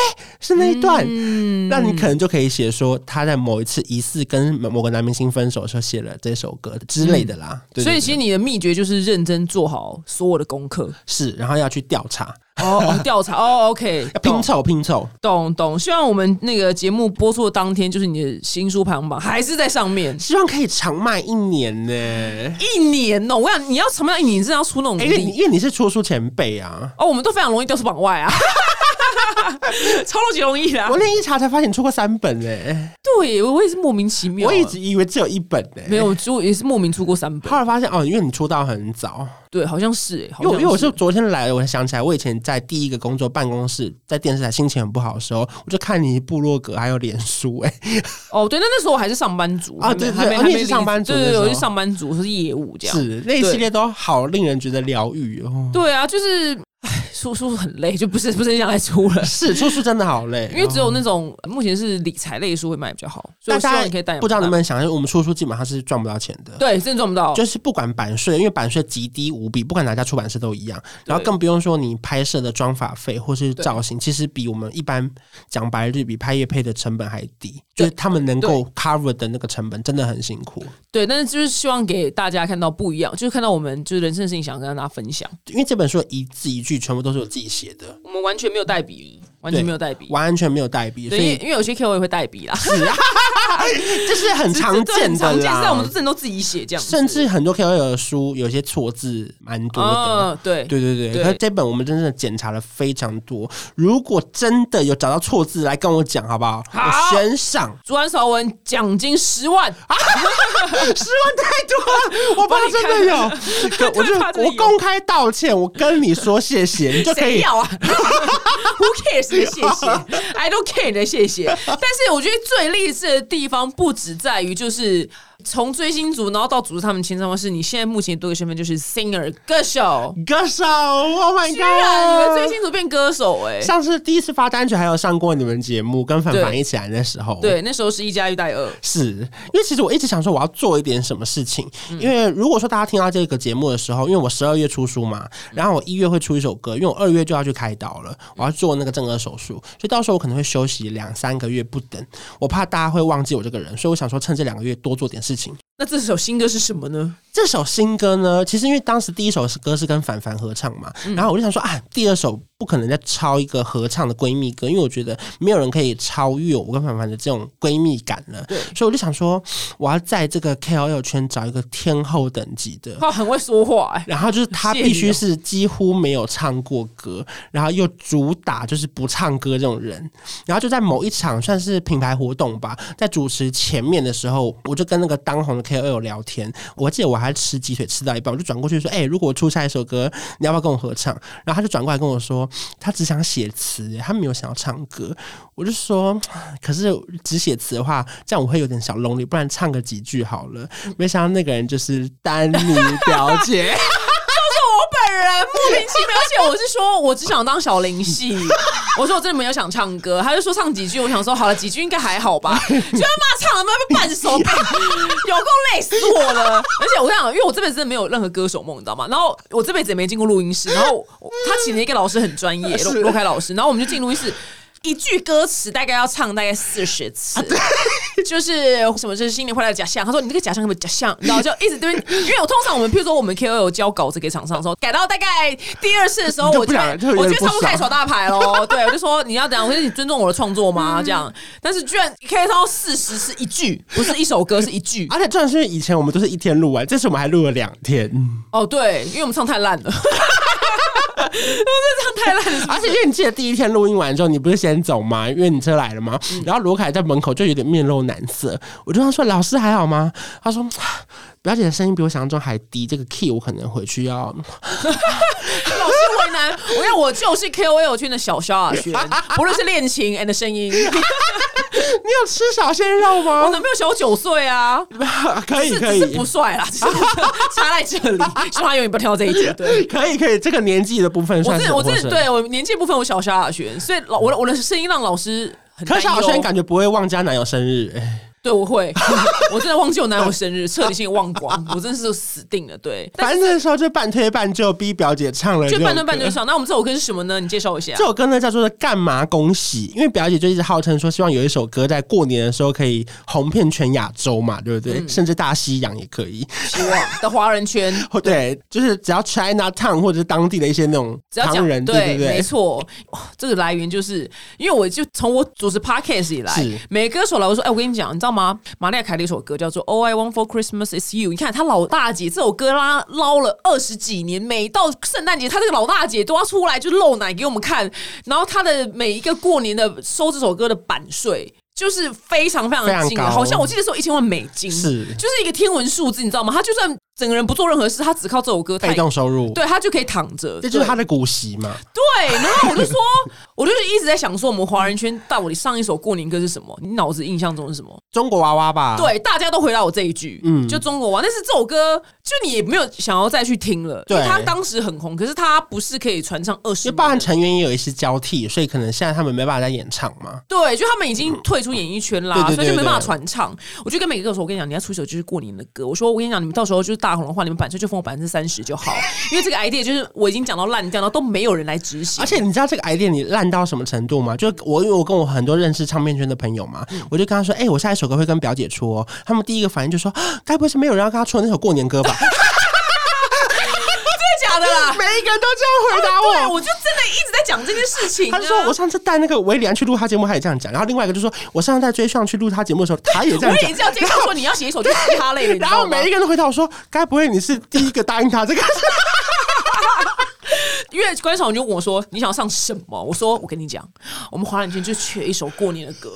[SPEAKER 2] 是那一段，
[SPEAKER 1] 嗯，
[SPEAKER 2] 那你可能就可以写说他在某一次疑似跟某某个男明星分手的时候写了这首歌之类的啦。对
[SPEAKER 1] 嗯所以
[SPEAKER 2] 对
[SPEAKER 1] 其实你的秘诀就是认真做好所有的功课。
[SPEAKER 2] 是，然后要去调查，
[SPEAKER 1] 哦哦，调查哦，OK，
[SPEAKER 2] 要
[SPEAKER 1] 懂
[SPEAKER 2] 拼凑拼凑。
[SPEAKER 1] 懂懂。希望我们那个节目播出的当天，就是你的新书排行榜还是在上面。
[SPEAKER 2] 希望可以长卖一年呢、
[SPEAKER 1] 一年哦，我想你要什么样一年，你真的要出那种
[SPEAKER 2] 哎因为你
[SPEAKER 1] 力
[SPEAKER 2] 因为你是出书前辈啊，
[SPEAKER 1] 哦，我们都非常容易掉出榜外 啊，超级容易啦
[SPEAKER 2] 我。那天一查才发现你出过三本呢、
[SPEAKER 1] 对，我也是莫名其妙啊，
[SPEAKER 2] 我一直以为只有一本呢、
[SPEAKER 1] 没有出，也是莫名出过三本
[SPEAKER 2] 后，来发现哦，因为你出道很早，
[SPEAKER 1] 对，好像是哎，好
[SPEAKER 2] 因为
[SPEAKER 1] 像
[SPEAKER 2] 我因为我是昨天来了，我才想起来，我以前在第一个工作办公室，在电视台心情很不好的时候，我就看你部落格还有脸书、哎，
[SPEAKER 1] 哦，对，那那时候我还是上班族
[SPEAKER 2] 啊
[SPEAKER 1] 还没
[SPEAKER 2] 对对
[SPEAKER 1] 还没
[SPEAKER 2] 哦
[SPEAKER 1] 还没
[SPEAKER 2] 你也是
[SPEAKER 1] 离
[SPEAKER 2] 上班族
[SPEAKER 1] 对对
[SPEAKER 2] 那
[SPEAKER 1] 对，
[SPEAKER 2] 时候
[SPEAKER 1] 我是上班族，我是业务这样。
[SPEAKER 2] 是那一系列都好令人觉得疗愈哦。
[SPEAKER 1] 对啊，就是唉，说说很累，就不是不是很想再出了。
[SPEAKER 2] 是出书真的好累，哦
[SPEAKER 1] 因为只有那种目前是理财类的书会卖得比较好，所以
[SPEAKER 2] 大
[SPEAKER 1] 我希望
[SPEAKER 2] 家
[SPEAKER 1] 你可以带
[SPEAKER 2] 不知道能不能想象，我们出书基本上是赚不到钱的。
[SPEAKER 1] 对，真的赚不到，
[SPEAKER 2] 就是不管版税，因为版税极低无比，不管哪家出版社都一样。然后更不用说你拍摄的妆发费或是造型，其实比我们一般讲白日比拍业配的成本还低，就是他们能够 cover 的那个成本真的很辛苦。
[SPEAKER 1] 对，但是就是希望给大家看到不一样，就是看到我们就是人生的事情，想跟大家分享。
[SPEAKER 2] 因为这本书的一字一句全部都是我自己写的，
[SPEAKER 1] 我们完全没有代笔，完全
[SPEAKER 2] 对
[SPEAKER 1] 没有代笔，
[SPEAKER 2] 完全没有代笔，所
[SPEAKER 1] 对，因为
[SPEAKER 2] 以
[SPEAKER 1] 因为有些 K O 也会代笔啦，
[SPEAKER 2] 这是 很常
[SPEAKER 1] 这这
[SPEAKER 2] 见
[SPEAKER 1] 很
[SPEAKER 2] 的
[SPEAKER 1] 常见，但我们
[SPEAKER 2] 啦
[SPEAKER 1] 之。前都自己写这样子，
[SPEAKER 2] 甚至很多 KOL 的书有些错字蛮多的，
[SPEAKER 1] 嗯，对
[SPEAKER 2] 对对对，
[SPEAKER 1] 对
[SPEAKER 2] 可是这本我们真的检查了非常多。如果真的有找到错字，来跟我讲好不好？
[SPEAKER 1] 好
[SPEAKER 2] 我悬赏
[SPEAKER 1] 竹安韶文奖金十万，
[SPEAKER 2] 十万太多了，我怕真的有，可 我就
[SPEAKER 1] 对怕真的有
[SPEAKER 2] 我公开道歉，我跟你说谢谢，你就可
[SPEAKER 1] 谁
[SPEAKER 2] 以。 啊
[SPEAKER 1] 要啊？Who cares？谢谢，I don't care 的谢 谢。但是我觉得最励志的地方不只在于就是。从追星族，然后到组织他们签唱会，是你现在目前多个身份就是 singer 歌手，
[SPEAKER 2] 歌手，Oh my
[SPEAKER 1] 居然你们
[SPEAKER 2] god！
[SPEAKER 1] 追星族变歌手哎、
[SPEAKER 2] 上次第一次发单曲，还有上过你们节目，跟凡凡
[SPEAKER 1] 对
[SPEAKER 2] 一起来的时候，
[SPEAKER 1] 对，那时候是一加一大于二，
[SPEAKER 2] 是因为其实我一直想说我要做一点什么事情，因为如果说大家听到这个节目的时候，因为我十二月出书嘛，然后我一月会出一首歌，因为我二月就要去开刀了，我要做那个正颌手术，所以到时候我可能会休息两三个月不等，我怕大家会忘记我这个人，所以我想说趁这两个月多做点事情。
[SPEAKER 1] 那这首新歌是什么呢？
[SPEAKER 2] 这首新歌呢，其实因为当时第一首是歌是跟凡凡合唱嘛，然后我就想说啊，第二首不可能再抄一个合唱的闺蜜歌，因为我觉得没有人可以超越我跟凡凡的这种闺蜜感了。
[SPEAKER 1] 对
[SPEAKER 2] 所以我就想说，我要在这个 KOL 圈找一个天后等级的。
[SPEAKER 1] 他很会说话哎、
[SPEAKER 2] 然后就是他
[SPEAKER 1] 谢谢你哦
[SPEAKER 2] 必须是几乎没有唱过歌，然后又主打就是不唱歌这种人，然后就在某一场算是品牌活动吧，在主持前面的时候，我就跟那个当红的 KOL 聊天，我记得我还吃鸡腿吃到一半，我就转过去说：“哎、如果我出下一首歌，你要不要跟我合唱？”然后他就转过来跟我说，他只想写词，他没有想要唱歌。我就说，可是只写词的话，这样我会有点小 lonely，不然唱个几句好了。没想到那个人就是丹妮表姐。
[SPEAKER 1] 我本人莫名其妙，而且我是说，我只想当小林系。 我说我真的没有想唱歌，他就说唱几句，我想说好了，几句应该还好吧。就他妈唱了妈半首， 有够累死我了。而且我跟你讲，因为我这辈子真的没有任何歌手梦，你知道吗？然后我这辈子也没进过录音室，然后我他请了一个老师很专业，罗罗凯老师，然后我们就进录音室。一句歌词大概要唱大概四十次， 就是什么就是新年回来的假象。他说你这个假象有没有假象？然后就一直对，因为我通常我们譬如说我们 KOL 交稿子给厂商的时 候，改到大概第二次的时候，
[SPEAKER 2] 你就
[SPEAKER 1] 我就
[SPEAKER 2] 不想就有
[SPEAKER 1] 我
[SPEAKER 2] 点
[SPEAKER 1] 觉得
[SPEAKER 2] 不
[SPEAKER 1] 差不多
[SPEAKER 2] 爽
[SPEAKER 1] 开始耍大牌 喽。对，我就说你要怎样？我说你尊重我的创作吗？这样，但是居然可以到四十是一句，不是一首歌，是一 句。
[SPEAKER 2] 而且重点是，以前我们都是一天录完，这次我们还录了两天。
[SPEAKER 1] 哦，对，因为我们唱太烂了， 我真的唱太烂了。
[SPEAKER 2] 而且因为你记得第一天录音完之后，你不是先走吗？因为你车来了吗？
[SPEAKER 1] 嗯
[SPEAKER 2] 然后罗凯在门口就有点面露难色，我就跟他说：“老师还好吗？”他说：“啊表姐的声音比我想象中还低，这个 key 我可能回 去要。
[SPEAKER 1] 老师为难，我跟你讲我就是 KOL 圈的小萧亚轩，不论是恋情 and 声音，
[SPEAKER 2] 你有吃小鲜肉
[SPEAKER 1] 我
[SPEAKER 2] 吗？
[SPEAKER 1] 男朋友小我九岁啊，
[SPEAKER 2] 哦可以
[SPEAKER 1] 是
[SPEAKER 2] 可
[SPEAKER 1] 只是
[SPEAKER 2] 以
[SPEAKER 1] 不帅啦，只是 差在这里，希望他永远不要听到这一集。对。
[SPEAKER 2] 可以可以，这个年纪的部分
[SPEAKER 1] 我
[SPEAKER 2] 算
[SPEAKER 1] 真
[SPEAKER 2] 是
[SPEAKER 1] 的，我真
[SPEAKER 2] 活
[SPEAKER 1] 的
[SPEAKER 2] 生
[SPEAKER 1] 对我年纪部分，我小萧亚轩，所以老我的我的声音让老师很
[SPEAKER 2] 可
[SPEAKER 1] 担
[SPEAKER 2] 是
[SPEAKER 1] 忧。
[SPEAKER 2] 小轩感觉不会忘记她男友生日，哎
[SPEAKER 1] 对，我会， 我真的忘记我男友生日，彻底性忘光，我真的是死定了。对，但
[SPEAKER 2] 反正那时候就半推半就逼表姐唱了，
[SPEAKER 1] 就半推半就。上。那我们这首歌是什么呢？你介绍一下
[SPEAKER 2] 这。首歌呢叫做《干嘛恭喜》，因为表姐就一直号称说希望有一首歌在过年的时候可以红遍全亚洲嘛，对不对？
[SPEAKER 1] 嗯
[SPEAKER 2] 甚至大西洋也可以。
[SPEAKER 1] 希望的华人圈，
[SPEAKER 2] 哦对，就是只要 China Town 或者是当地的一些那种
[SPEAKER 1] 只要讲
[SPEAKER 2] 唐人，对
[SPEAKER 1] 对，
[SPEAKER 2] 对
[SPEAKER 1] 没
[SPEAKER 2] 对，
[SPEAKER 1] 错，哇这个来源就是因为我就从我主持 podcast 以来
[SPEAKER 2] 是，
[SPEAKER 1] 每个歌手来我说，哎、我跟你讲，你知道吗？玛丽亚凯莉一首歌叫做《All I Want for Christmas Is You》，你看她老大姐这首歌拉捞了二十几年，每到圣诞节，她这个老大姐都要出来就露奶给我们看，然后她的每一个过年的收这首歌的版税。就是非常非
[SPEAKER 2] 非常
[SPEAKER 1] 常近，
[SPEAKER 2] 高
[SPEAKER 1] 好像我记得是有一千万美金，
[SPEAKER 2] 是
[SPEAKER 1] 就是一个天文数字，你知道吗？她就算整个人不做任何事，她只靠这首歌，她
[SPEAKER 2] 被动收入，
[SPEAKER 1] 对她就可以躺着，
[SPEAKER 2] 这就是
[SPEAKER 1] 对
[SPEAKER 2] 他的股息嘛。
[SPEAKER 1] 对，然后我就说， 我就是一直在想说，我们华人圈到底上一首过年歌是什么？你脑子印象中是什么？
[SPEAKER 2] 中国娃娃吧，，
[SPEAKER 1] 对，大家都回答我这一句，嗯，就中国娃。但是这首歌，就你也没有想要再去听了，因为
[SPEAKER 2] 对
[SPEAKER 1] 它当时很红，可是它不是可以传唱二十
[SPEAKER 2] 因为包含
[SPEAKER 1] 年的。
[SPEAKER 2] 成员也有一些交替，所以可能现在他们没办法再演唱嘛。
[SPEAKER 1] 对，就他们已经退出演艺圈啦，
[SPEAKER 2] 嗯对对对
[SPEAKER 1] 所以就没
[SPEAKER 2] 对
[SPEAKER 1] 办法传唱。我就跟每个歌手，我跟你讲，你要出一首就是过年的歌。我说，我跟你讲，你们到时候就是大红的话，你们版税就分我百分之三十就 好，因为这个 idea 就是我已经讲到烂掉，然后都没有人来执行
[SPEAKER 2] 而。且你知道这个 idea 你烂到什么程度吗？就是我因为我跟我很多认识唱片圈的朋友嘛，
[SPEAKER 1] 嗯
[SPEAKER 2] 我就跟他说，哎、我下一首歌会跟表姐出哦。他们第一个反应就说，啊该不会是没有人要跟他出的那首过年 歌吧？
[SPEAKER 1] 真的假的啦？
[SPEAKER 2] 每一个人都这样回答我。
[SPEAKER 1] 对，我就真的一直在讲这件事情、啊。
[SPEAKER 2] 他就说：“我上次带那个维里安去录他节目，他也这样讲。然后另外一个就说：我上次带追上去录他节目的时候，他也这样
[SPEAKER 1] 我
[SPEAKER 2] 讲
[SPEAKER 1] 也。这样介绍说你要写一首就是嘻哈类的，你知
[SPEAKER 2] 然
[SPEAKER 1] 道
[SPEAKER 2] 后
[SPEAKER 1] 吗
[SPEAKER 2] 每一？个人都回答我说：该不会你是第一个答应他这个？
[SPEAKER 1] 啊因为观赏就问我说你想要上什么？我说我跟你讲，我们华人圈就缺一首过年的歌。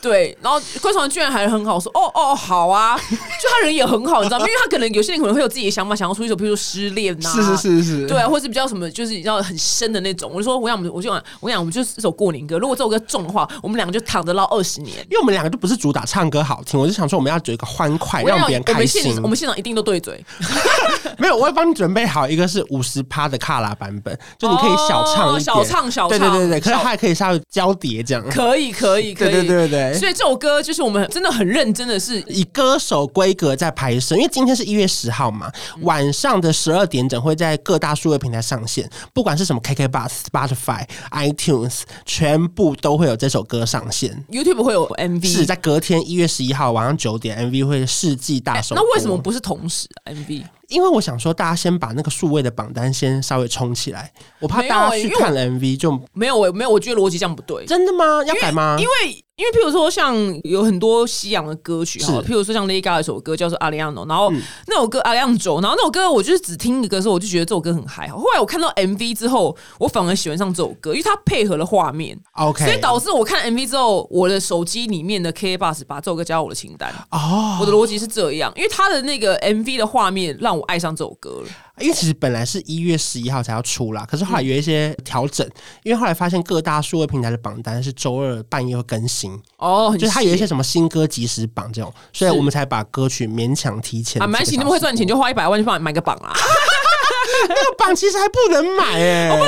[SPEAKER 1] 对，然后观赏居然还很好，我说哦哦好啊，就他人也很好，你知道吗？因为他可能有些人可能会有自己的想法，想要出一首，比如说失恋呐、
[SPEAKER 2] 是是是是，
[SPEAKER 1] 对，或是比较什么，就是你知道很深的那种。我就说，我想我们，我就想，我想我们就是一首过年歌。如果这首歌中的话，我们两个就躺着唠二十年。
[SPEAKER 2] 因为我们两个就不是主打唱歌好听，我就想说我们要有一个欢快，让
[SPEAKER 1] 要
[SPEAKER 2] 别人
[SPEAKER 1] 我
[SPEAKER 2] 开
[SPEAKER 1] 们
[SPEAKER 2] 心
[SPEAKER 1] 现。我们现场一定都对嘴，
[SPEAKER 2] 没有，我会帮你准备好一个是五十趴的卡拉版本，就你可以小唱一点，
[SPEAKER 1] 哦小唱小唱
[SPEAKER 2] 对对对对，可是
[SPEAKER 1] 小
[SPEAKER 2] 它还可以稍微交叠这样。
[SPEAKER 1] 可以，可以，可
[SPEAKER 2] 对
[SPEAKER 1] 以，
[SPEAKER 2] 对对对
[SPEAKER 1] 所以这首歌就是我们真的很认真的是，
[SPEAKER 2] 以歌手规格在拍摄，因为今天是一月十号嘛，
[SPEAKER 1] 嗯
[SPEAKER 2] 晚上的十二点整会在各大数位平台上线，不管是什么 KK Bus、Spotify、iTunes，全部都会有这首歌上线。
[SPEAKER 1] YouTube 会有
[SPEAKER 2] 是
[SPEAKER 1] MV，
[SPEAKER 2] 在隔天一月十一号晚上九点，MV 会世纪大首播、
[SPEAKER 1] 哎那为什么不是同时 MV？
[SPEAKER 2] 因为我想说，大家先把那个数位的榜单先稍微冲起来，我怕
[SPEAKER 1] 没有
[SPEAKER 2] 大家
[SPEAKER 1] 欸
[SPEAKER 2] 去
[SPEAKER 1] 因为
[SPEAKER 2] 看了 MV 就
[SPEAKER 1] 没有，我没有，我觉得逻辑这样不对。
[SPEAKER 2] 真的吗？要改吗？
[SPEAKER 1] 因为因为譬如说像有很多西洋的歌曲哈，
[SPEAKER 2] 是嗯
[SPEAKER 1] 譬如说像 Lady Gaga 有一首歌叫做《阿里安诺》，然后那首歌《阿里安走》，然后那首歌我就是只听一个的时候，我就觉得这首歌很嗨。后来我看到 MV 之后，我反而喜欢上这首歌，因为它配合了画面。
[SPEAKER 2] OK，
[SPEAKER 1] 所以导致我看 MV 之后，我的手机里面的 K Bus 把这首歌加到我的清单。
[SPEAKER 2] 哦，
[SPEAKER 1] 我的逻辑是这样，因为他的那个 MV 的画面让我爱上这首歌了。
[SPEAKER 2] 因为其实本来是一月十一号才要出啦，可是后来有一些调整，因为后来发现各大数位平台的榜单是周二半夜会更新，
[SPEAKER 1] 哦，
[SPEAKER 2] 就是它
[SPEAKER 1] 他
[SPEAKER 2] 有一些什么新歌即时榜这种，所以我们才把歌曲勉强提前。
[SPEAKER 1] 啊，蛮行，那么会赚钱，，就花一百万去帮你买个榜 啊。
[SPEAKER 2] 那个榜其实还不能买 哎、
[SPEAKER 1] 买，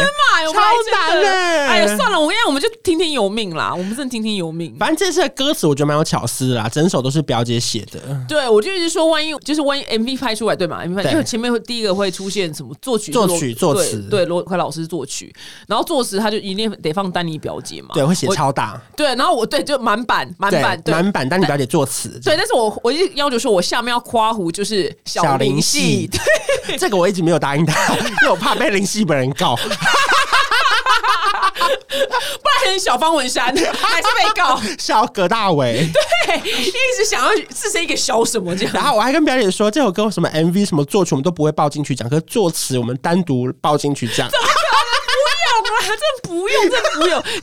[SPEAKER 1] 我
[SPEAKER 2] 超难
[SPEAKER 1] 的。
[SPEAKER 2] 欸
[SPEAKER 1] 哎呀，算了，我跟你讲，我们就听天由命啦，我们真的听天由命。
[SPEAKER 2] 反正这次的歌词我觉得蛮有巧思的啦，整首都是表姐写的，
[SPEAKER 1] 对，我就一直说，万一就是万一 MV 拍出来，对嘛？MV 拍
[SPEAKER 2] 嗯对
[SPEAKER 1] 因为前面会第一个会出现什么作曲、
[SPEAKER 2] 作曲
[SPEAKER 1] 罗
[SPEAKER 2] 作词
[SPEAKER 1] 对对罗奎老师作曲，然后作词他就一定得放丹尼表姐嘛，
[SPEAKER 2] 对，会写
[SPEAKER 1] 我
[SPEAKER 2] 超大，
[SPEAKER 1] 对，然后我对就满版满
[SPEAKER 2] 对
[SPEAKER 1] 版，对
[SPEAKER 2] 满版，但你表姐作词，
[SPEAKER 1] 对，但是我我一直要求说，我下面要夸胡就是小
[SPEAKER 2] 小
[SPEAKER 1] 林
[SPEAKER 2] 林
[SPEAKER 1] 系
[SPEAKER 2] 系，这个我一直没有答应他，因为我怕被林夕本人告。
[SPEAKER 1] 不然小方文山还是被 告，
[SPEAKER 2] 笑葛大为，
[SPEAKER 1] 对，一直想要自身一个小什么这样。
[SPEAKER 2] 然后我还跟表姐说，这首歌什么 MV 什么作曲我们都不会报进去讲，可是作词我们单独报进去 讲。
[SPEAKER 1] 不
[SPEAKER 2] 啊
[SPEAKER 1] 用啦，真不用，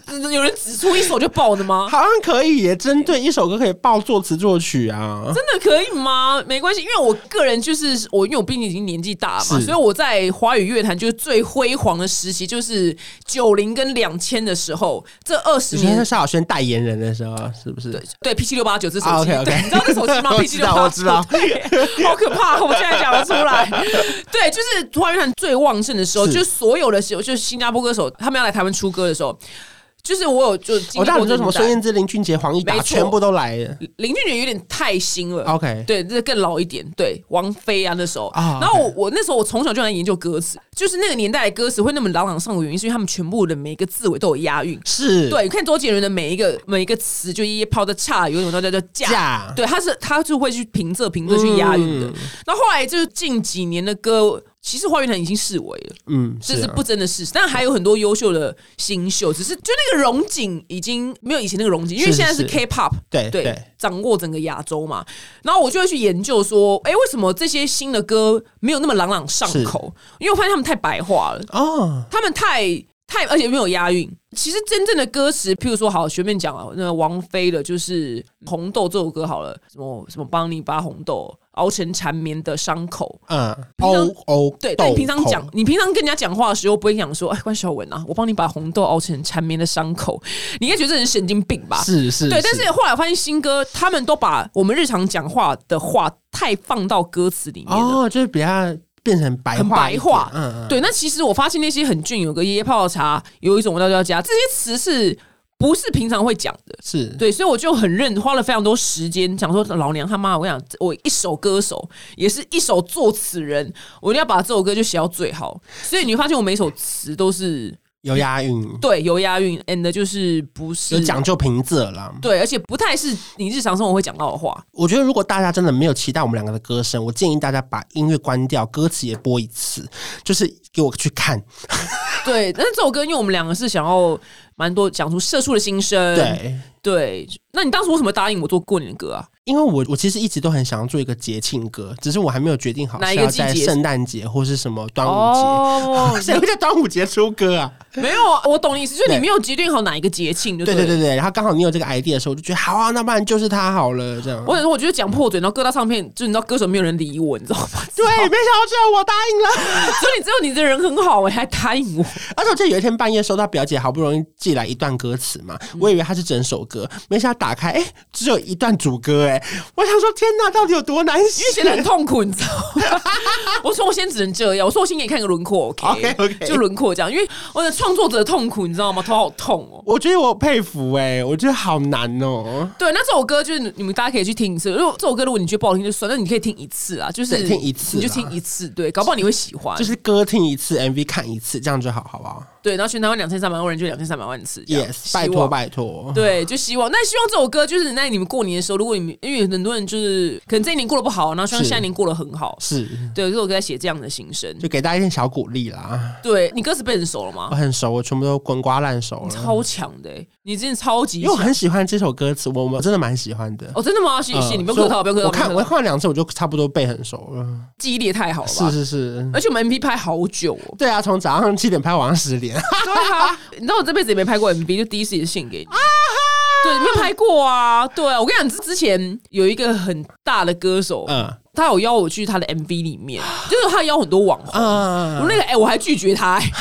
[SPEAKER 1] 真不用。有人只出一首就爆的 吗？
[SPEAKER 2] 好像可以耶，针对一首歌可以报作词作曲啊。
[SPEAKER 1] 真的可以吗？没关系，因为我个人就是我，因为我毕竟已经年纪大了嘛，
[SPEAKER 2] 是
[SPEAKER 1] 所以我在华语乐坛就是最辉煌的时期，就是九零跟两千的时候，这二十
[SPEAKER 2] 你说
[SPEAKER 1] 年
[SPEAKER 2] 是。邵小轩代言人的时候，是不是？
[SPEAKER 1] 对 P 七六八九这手机、
[SPEAKER 2] 啊，OK，OK
[SPEAKER 1] 对你知道这手机吗
[SPEAKER 2] 我
[SPEAKER 1] ？P 七
[SPEAKER 2] 知
[SPEAKER 1] 六
[SPEAKER 2] 道
[SPEAKER 1] 八九，
[SPEAKER 2] 我知道
[SPEAKER 1] 对好可怕！我现在讲得出来，对，就是华语乐坛最旺盛的时候，
[SPEAKER 2] 是
[SPEAKER 1] 就是所有的时候，就是新加坡歌手他们要来台湾出歌的时候，就是我有就经
[SPEAKER 2] 我
[SPEAKER 1] 历
[SPEAKER 2] 大
[SPEAKER 1] 过
[SPEAKER 2] 哦你说
[SPEAKER 1] 这
[SPEAKER 2] 什么
[SPEAKER 1] 种
[SPEAKER 2] 孙燕姿、林俊杰、黄义达
[SPEAKER 1] 没错
[SPEAKER 2] 全部都来了。
[SPEAKER 1] 林俊杰有点太新了。
[SPEAKER 2] OK，
[SPEAKER 1] 对，这更老一点，对，王菲啊那时候
[SPEAKER 2] 啊
[SPEAKER 1] 然后我我那时候我从小就在研究歌词，就是那个年代的歌词会那么朗朗上口，原因是因为他们全部的每一个字尾都有押韵。
[SPEAKER 2] 是，
[SPEAKER 1] 对，你看周杰伦的每一个每一个词，就一抛的差，有一种叫叫叫架，
[SPEAKER 2] 嫁
[SPEAKER 1] 对，他是他就会去平仄平仄去押韵的
[SPEAKER 2] 嗯。
[SPEAKER 1] 那、后来就是近几年的歌，其实花乐坛已经视为了。
[SPEAKER 2] 嗯，
[SPEAKER 1] 这
[SPEAKER 2] 啊
[SPEAKER 1] 是不争的事实，但还有很多优秀的新秀，只是就那个荣景已经没有以前那个荣景，因为
[SPEAKER 2] 是是
[SPEAKER 1] 现在是
[SPEAKER 2] 是
[SPEAKER 1] K-pop，
[SPEAKER 2] 对
[SPEAKER 1] 对，
[SPEAKER 2] 对
[SPEAKER 1] 掌握整个亚洲嘛。然后我就会去研究说，哎、为什么这些新的歌没有那么朗朗上口？因为我发现他们太白话了，
[SPEAKER 2] 哦，
[SPEAKER 1] 他们太太，而且没有押韵。其实真正的歌词，譬如说，好随便讲啊，那王菲的就是《红豆》这首歌好了，什么什么帮你把红豆熬成缠绵的伤口，
[SPEAKER 2] 嗯，
[SPEAKER 1] 平常
[SPEAKER 2] 欧欧
[SPEAKER 1] 对，但你
[SPEAKER 2] 豆
[SPEAKER 1] 平常
[SPEAKER 2] 蔻
[SPEAKER 1] 讲，你平常跟人家讲话的时候，不会想说，哎，关晓雯啊，我帮你把红豆熬成缠绵的伤口，你应该觉得这人神经病吧？
[SPEAKER 2] 是是，
[SPEAKER 1] 对，但是后来发现新歌他们都把我们日常讲话的话太放到歌词里面了。
[SPEAKER 2] 哦，就是比较变成白
[SPEAKER 1] 很
[SPEAKER 2] 话
[SPEAKER 1] 白
[SPEAKER 2] 一点，
[SPEAKER 1] 话
[SPEAKER 2] 嗯嗯，
[SPEAKER 1] 对，那其实我发现那些很俊，有个椰泡茶，有一种味道叫家，这些词是不是平常会讲的？
[SPEAKER 2] 是，
[SPEAKER 1] 对，所以我就很认，花了非常多时间讲说，老娘他妈，我跟你讲，我一首歌手，也是一首作词人，我一定要把这首歌就写到最好。所以你会发现我每首词都是
[SPEAKER 2] 有押韵，
[SPEAKER 1] 对有押韵，and 就是不是
[SPEAKER 2] 有讲究平仄啦。
[SPEAKER 1] 对，而且不太是你日常生活会讲到的话。
[SPEAKER 2] 我觉得如果大家真的没有期待我们两个的歌声，我建议大家把音乐关掉，歌词也播一次，就是给我去看。
[SPEAKER 1] 对，但是这首歌因为我们两个是想要蛮多讲出社畜的心声，
[SPEAKER 2] 对，
[SPEAKER 1] 对。那你当时为什么答应我做过年的歌啊？
[SPEAKER 2] 因为我我其实一直都很想要做一个节庆歌，只是我还没有决定好
[SPEAKER 1] 哪一
[SPEAKER 2] 是
[SPEAKER 1] 个
[SPEAKER 2] 要
[SPEAKER 1] 季节
[SPEAKER 2] 在圣诞节或是什么端午
[SPEAKER 1] 哦
[SPEAKER 2] 节。，谁会在端午节出歌啊？
[SPEAKER 1] 没有啊，我懂你意思，就是你
[SPEAKER 2] 对
[SPEAKER 1] 没有决定好哪一个节庆，就
[SPEAKER 2] 对
[SPEAKER 1] 对
[SPEAKER 2] 对
[SPEAKER 1] 了
[SPEAKER 2] 对对，然后刚好你有这个 idea 的时候，我就觉得好啊，那不然就是它好了，这样。
[SPEAKER 1] 我想说，我觉得讲破嘴，然后各大唱片，就你知道歌手没有人理我，你知道吗？
[SPEAKER 2] 对，啊没想到这我答应了。
[SPEAKER 1] 所以你知道你这人很好、欸，还答应 我。
[SPEAKER 2] 而且我记得有一天半夜收到表姐好不容易寄来一段歌词嘛，我以为它是整首歌，没想到打开，哎、只有一段主歌、哎，我想说天哪，到底有多难写？
[SPEAKER 1] 写的很痛苦，你知道吗？我说我现在只能这样，我说我先给你看个轮廓
[SPEAKER 2] OK，OK
[SPEAKER 1] 就轮廓这样，因为我的创作者的痛苦，你知道吗？头好痛哦。
[SPEAKER 2] 我觉得我佩服哎、我觉得好难哦、
[SPEAKER 1] 对，那这首歌就是你们大家可以去听一次。如果这首歌如果你觉得不好听就算，那你可以听一次啊，就是
[SPEAKER 2] 对听一次啦
[SPEAKER 1] 你就听一次，对，搞不好你会喜欢。
[SPEAKER 2] 就是歌听一次，MV 看一次，这样就好，好不好
[SPEAKER 1] 对，然后全台湾两千三百万人就两千三百万次这样
[SPEAKER 2] ？Yes，
[SPEAKER 1] 希望
[SPEAKER 2] 拜托拜 托。
[SPEAKER 1] 对，就希望，那希望这首歌就是在你们过年的时候，如果你们因为很多人就是可能这一年过得不好，然后希望
[SPEAKER 2] 是
[SPEAKER 1] 下一年过得很好，
[SPEAKER 2] 是，
[SPEAKER 1] 对，这首歌在写这样的心声。
[SPEAKER 2] 就哎给大家一点小鼓励啦。
[SPEAKER 1] 对你歌词背很熟了吗
[SPEAKER 2] 我？很熟，我全部都滚瓜烂熟了，
[SPEAKER 1] 超强的欸、你真的超级
[SPEAKER 2] 因为我
[SPEAKER 1] 强
[SPEAKER 2] 很喜欢这首歌词，我我真的蛮喜欢的。
[SPEAKER 1] 哦，真的吗？谢谢、
[SPEAKER 2] 呃
[SPEAKER 1] 你不要客套，
[SPEAKER 2] 所以
[SPEAKER 1] 不要客套，不要
[SPEAKER 2] 我看
[SPEAKER 1] 客
[SPEAKER 2] 我
[SPEAKER 1] 套
[SPEAKER 2] 看了两次，我就差不多背很熟了。
[SPEAKER 1] 记忆力也太好了吧？
[SPEAKER 2] 是是是，，
[SPEAKER 1] 而且我们 MV 拍好久哦
[SPEAKER 2] 对啊，从早上七点拍晚上 十点，
[SPEAKER 1] 对啊，你知道我这辈子也没拍过 MV，就第一次也是献给你。
[SPEAKER 2] 啊
[SPEAKER 1] 对，没有拍过啊。对啊，我跟你讲，之前有一个很大的歌手，
[SPEAKER 2] 嗯
[SPEAKER 1] 他有邀我去他的 MV 里面，就是他邀很多网红，我
[SPEAKER 2] 嗯
[SPEAKER 1] 那个哎、我还拒绝 他、哎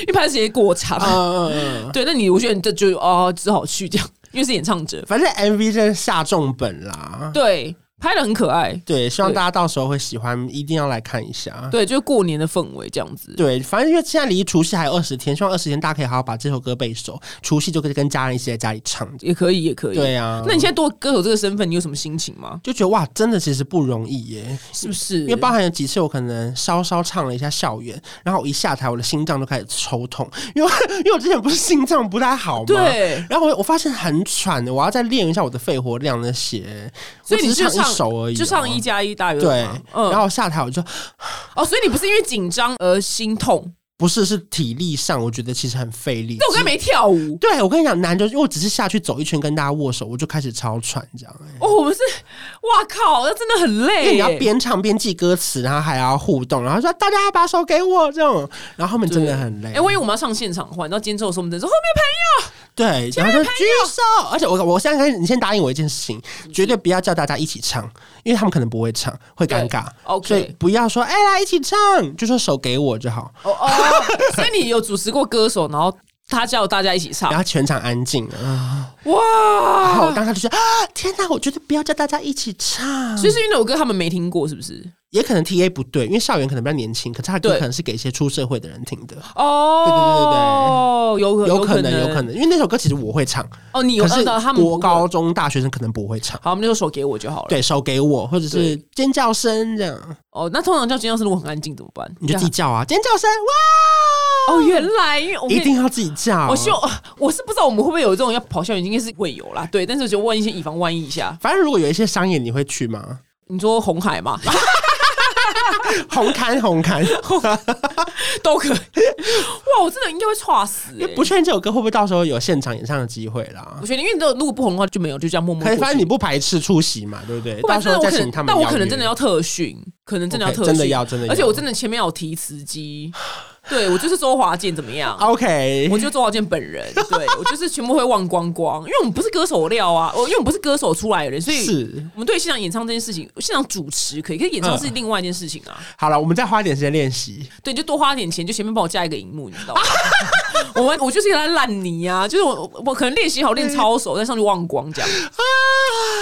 [SPEAKER 1] 因为拍的时间过长。
[SPEAKER 2] 嗯嗯，
[SPEAKER 1] 对，那你我觉得你这就哦，只好去这样，因为是演唱者。
[SPEAKER 2] 反正 MV 真的下重本啦。
[SPEAKER 1] 对，拍的很可爱。
[SPEAKER 2] 对，希望
[SPEAKER 1] 对
[SPEAKER 2] 大家到时候会喜欢，一定要来看一下。
[SPEAKER 1] 对，就是过年的氛围这样子。
[SPEAKER 2] 对，反正因为现在离除夕还有二十天，希望二十天大家可以好好把这首歌背熟，除夕就可以跟家人一起在家里唱。
[SPEAKER 1] 也可以，也可以。
[SPEAKER 2] 对啊，
[SPEAKER 1] 那你现在多歌手这个身份，你有什么心情吗？
[SPEAKER 2] 就觉得哇，真的其实不容易耶，
[SPEAKER 1] 是不是？
[SPEAKER 2] 因为包含有几次我可能稍稍唱了一下校园，然后我一下台，我的心脏就开始抽痛，因为因为我之前不是心脏不太好吗？。
[SPEAKER 1] 对，
[SPEAKER 2] 然后我我发现很喘的，我要再练一下我的肺活量的血，
[SPEAKER 1] 所以你
[SPEAKER 2] 我只是
[SPEAKER 1] 就
[SPEAKER 2] 唱
[SPEAKER 1] 唱
[SPEAKER 2] 一首而已、
[SPEAKER 1] 就唱一。加一大于
[SPEAKER 2] 啊对
[SPEAKER 1] 二嘛。，
[SPEAKER 2] 然
[SPEAKER 1] 嗯，
[SPEAKER 2] 后下台我就
[SPEAKER 1] 哦，所以你不是因为紧张而心痛？
[SPEAKER 2] 不是是体力上，我觉得其实很费力。
[SPEAKER 1] 但我刚才没跳舞。
[SPEAKER 2] 对，我跟你讲，难就是因为我只是下去走一圈跟大家握手，我就开始超喘这样、欸
[SPEAKER 1] 哦，我们是，哇靠，那真的很
[SPEAKER 2] 因为
[SPEAKER 1] 累
[SPEAKER 2] 你要
[SPEAKER 1] 耶。
[SPEAKER 2] 边唱边记歌词，然后还要互动，然后说大家把手给我这种，然后他们真的很累。
[SPEAKER 1] 哎，我以为我们要上现场换，到间奏的时候，我们在说后面
[SPEAKER 2] 对，然后就举手，而且我我现在开始，你先答应我一件事情，绝对不要叫大家一起唱，因为他们可能不会唱，会尴尬。
[SPEAKER 1] OK
[SPEAKER 2] 所以不要说哎、来一起唱，就说手给我就好。
[SPEAKER 1] 哦 哦哦，所以你有主持过歌手，然后他叫大家一起唱
[SPEAKER 2] 然，后全场安静啊！然后我
[SPEAKER 1] 哇！
[SPEAKER 2] 当时就觉得啊，天哪！我觉得不要叫大家一起唱，
[SPEAKER 1] 所以是因为那首歌他们没听过，是不是？
[SPEAKER 2] 也可能 T A 不对，因为校园可能比较年轻，可是他歌
[SPEAKER 1] 对
[SPEAKER 2] 可能是给一些出社会的人听的，
[SPEAKER 1] 哦，对对对对，有
[SPEAKER 2] 有
[SPEAKER 1] 可
[SPEAKER 2] 可
[SPEAKER 1] 能
[SPEAKER 2] 能，有可能，因为那首歌其实我会唱，
[SPEAKER 1] 哦，你有
[SPEAKER 2] 可
[SPEAKER 1] 按
[SPEAKER 2] 是
[SPEAKER 1] 到他们
[SPEAKER 2] 国
[SPEAKER 1] 不
[SPEAKER 2] 高
[SPEAKER 1] 会
[SPEAKER 2] 中大学生可能不我会唱。
[SPEAKER 1] 好，我们就说给我就好了。
[SPEAKER 2] 对手给我，或者是尖叫声这样，
[SPEAKER 1] 哦，那通常叫尖叫声如果很安静怎么办？
[SPEAKER 2] 你就自己叫啊！尖叫声哇！
[SPEAKER 1] 哦，原来因为我
[SPEAKER 2] 一
[SPEAKER 1] 跟你
[SPEAKER 2] 定要自己叫。
[SPEAKER 1] 我希望 我是不知道我们会不会有这种要跑校园，应该是会有啦。对，但是我就问一些以防万一一下。
[SPEAKER 2] 反正如果有一些商演，你会去吗？
[SPEAKER 1] 你说红海嘛，
[SPEAKER 2] 红刊红刊，
[SPEAKER 1] 都可以。哇，我真的应该会猝死、欸。
[SPEAKER 2] 不确定这首歌会不会到时候有现场演唱的机会啦
[SPEAKER 1] 我。觉得，因为你如果不红的话就没有，就这样默默过
[SPEAKER 2] 可以，
[SPEAKER 1] 去。
[SPEAKER 2] 反正你不排斥出席嘛，对不对？
[SPEAKER 1] 不然
[SPEAKER 2] 到时候
[SPEAKER 1] 真的我
[SPEAKER 2] 再
[SPEAKER 1] 可
[SPEAKER 2] 请
[SPEAKER 1] 能，
[SPEAKER 2] 他们
[SPEAKER 1] 但
[SPEAKER 2] 邀约。
[SPEAKER 1] 我可能真的要特训，可能真的要
[SPEAKER 2] OK，
[SPEAKER 1] 特训
[SPEAKER 2] 真的要真的要
[SPEAKER 1] 而且我真的前面要有提词机，对我就是周华健怎么样？
[SPEAKER 2] 哦 OK，
[SPEAKER 1] 我就周华健本人，对我就是全部会忘光光，因为我们不是歌手料啊，我因为我们不是歌手出来的人，所以
[SPEAKER 2] 是
[SPEAKER 1] 我们对现场演唱这件事情，现场主持可以，可是演唱
[SPEAKER 2] 嗯
[SPEAKER 1] 是另外一件事情啊。
[SPEAKER 2] 好了，我们再花一点时间练习。
[SPEAKER 1] 对，你就多花点钱，就前面帮我加一个荧幕，你知道吗？ 我们我就是给他烂泥啊，就是我我我可能练习好练超熟，但上去忘光这样。
[SPEAKER 2] 啊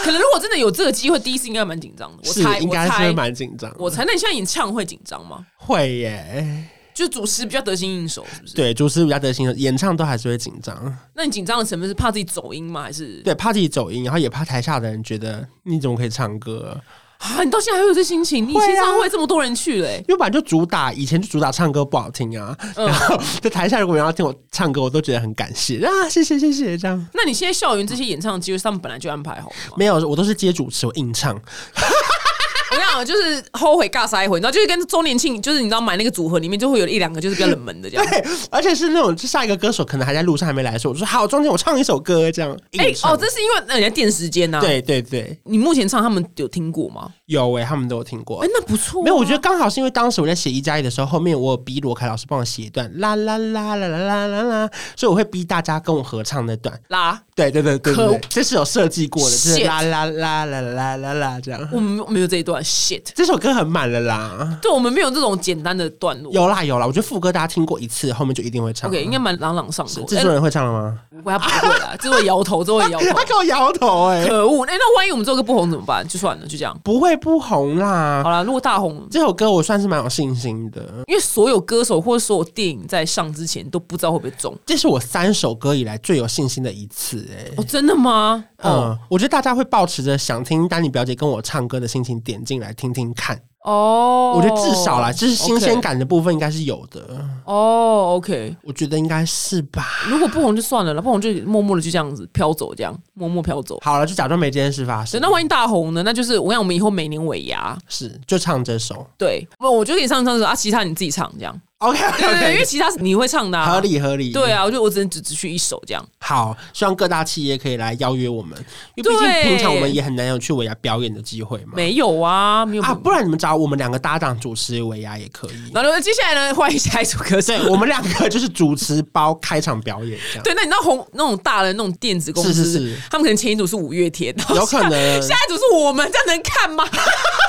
[SPEAKER 1] 可能如果真的有这个机会，第一次应该蛮紧张的，我
[SPEAKER 2] 是
[SPEAKER 1] 猜
[SPEAKER 2] 应
[SPEAKER 1] 我
[SPEAKER 2] 该是会
[SPEAKER 1] 猜
[SPEAKER 2] 蛮紧张，
[SPEAKER 1] 我猜。那你现在演唱会紧张吗？
[SPEAKER 2] 会耶。
[SPEAKER 1] 就主持比较得心应手，是不是？
[SPEAKER 2] 对，主持比较得心，演唱都还是会紧张。
[SPEAKER 1] 那你紧张的成分是怕自己走音吗？还是
[SPEAKER 2] 对，怕自己走音，然后也怕台下的人觉得你怎么可以唱歌？
[SPEAKER 1] 啊？你到现在还有这心情？你以
[SPEAKER 2] 会啊
[SPEAKER 1] 前唱会这么多人去嘞、欸
[SPEAKER 2] 因为本来就主打，以前就主打唱歌不好听啊。
[SPEAKER 1] 嗯
[SPEAKER 2] 然后在台下如果有人要听我唱歌，我都觉得很感谢啊，谢谢谢谢这样。
[SPEAKER 1] 那你现在校园这些演唱的机会，他们本来就安排好了 吗？
[SPEAKER 2] 没有，我都是接主持，我硬唱。
[SPEAKER 1] 我跟你讲，就是后悔尬塞回，你知道，就是跟周年庆，就是你知道买那个组合里面就会有一两个就是比较冷门的这样。
[SPEAKER 2] 对，而且是那种就下一个歌手可能还在路上还没来的时候，我说好，中间我唱一首歌这样。
[SPEAKER 1] 哎、
[SPEAKER 2] 硬唱
[SPEAKER 1] 哦，这是因为那人家垫时间呐、，
[SPEAKER 2] 对对对，
[SPEAKER 1] 你目前唱他们有听过吗？
[SPEAKER 2] 有哎、他们都有听过。
[SPEAKER 1] 哎、那不错、
[SPEAKER 2] 没有，我觉得。刚好是因为当时我在写一加一的时候，后面我有逼罗凯老师帮我写一段啦啦啦啦啦啦啦啦，所以我会逼大家跟我合唱那段。
[SPEAKER 1] 啦，
[SPEAKER 2] 对对对对
[SPEAKER 1] 可
[SPEAKER 2] 对，这是有设计过的，就是
[SPEAKER 1] Shit
[SPEAKER 2] 啦啦啦啦啦啦啦这样。
[SPEAKER 1] 我们没有这一段 shit，
[SPEAKER 2] 这首歌很满了啦，
[SPEAKER 1] 对我们没有这种简单的段落。
[SPEAKER 2] 有啦有啦，我觉得副歌大家听过一次，后面就一定会唱。
[SPEAKER 1] OK，应该蛮朗朗上口的。哎
[SPEAKER 2] 制作人会唱了吗？
[SPEAKER 1] 但我还不会啦，只会摇头，只会摇头
[SPEAKER 2] 他。给我摇头哎、
[SPEAKER 1] 可恶！哎、那万一我们这个不红怎么办？就算了，就这样。
[SPEAKER 2] 不会不红啦
[SPEAKER 1] 好。啦，如果大红，
[SPEAKER 2] 这首歌我算是蛮有信心的，
[SPEAKER 1] 因为所有歌手或者所有电影在上之前都不知道会不会中。
[SPEAKER 2] 这是我三首歌以来最有信心的一次哎、
[SPEAKER 1] 哦，真的吗？哦、
[SPEAKER 2] 嗯，我觉得大家会保持着想听丹妮表姐跟我唱歌的心情点进来听听看。
[SPEAKER 1] 哦，
[SPEAKER 2] 我觉得至少啦，就是新鲜
[SPEAKER 1] OK
[SPEAKER 2] 感的部分应该是有的，
[SPEAKER 1] 哦，OK。
[SPEAKER 2] 我觉得应该是吧。
[SPEAKER 1] 如果不红就算了啦，不红就默默的就这样子飘走，这样默默飘走。
[SPEAKER 2] 好了，就假装没这件事发
[SPEAKER 1] 对，
[SPEAKER 2] 生。
[SPEAKER 1] 那万一大红呢？那就是我想我们以后每年尾牙，
[SPEAKER 2] 是就唱这首
[SPEAKER 1] 对，我我就给你唱唱这首啊，其他你自己唱这样。
[SPEAKER 2] ，OK
[SPEAKER 1] 对对对，因
[SPEAKER 2] OK，
[SPEAKER 1] 为其他是你会唱的、啊，
[SPEAKER 2] 合。理合理。
[SPEAKER 1] 对，啊，我就我只能只只去一首这样。
[SPEAKER 2] 好，希望各大企业可以来邀约我们，因为毕竟
[SPEAKER 1] 对
[SPEAKER 2] 平常我们也很难有去尾牙表演的机会嘛。
[SPEAKER 1] 没有啊，没有
[SPEAKER 2] 啊，不然你们找我们两个搭档主持尾牙也可以。
[SPEAKER 1] 然后接下来呢，换下一首歌 是。
[SPEAKER 2] 对，我们两个就是主持包开场表演这样。
[SPEAKER 1] 对，那你知道红那种大的那种电子公司，
[SPEAKER 2] 是是是
[SPEAKER 1] 他们可能前一组是五月天，然后
[SPEAKER 2] 有可
[SPEAKER 1] 下
[SPEAKER 2] 能
[SPEAKER 1] 下一组是我们，这样能看吗？能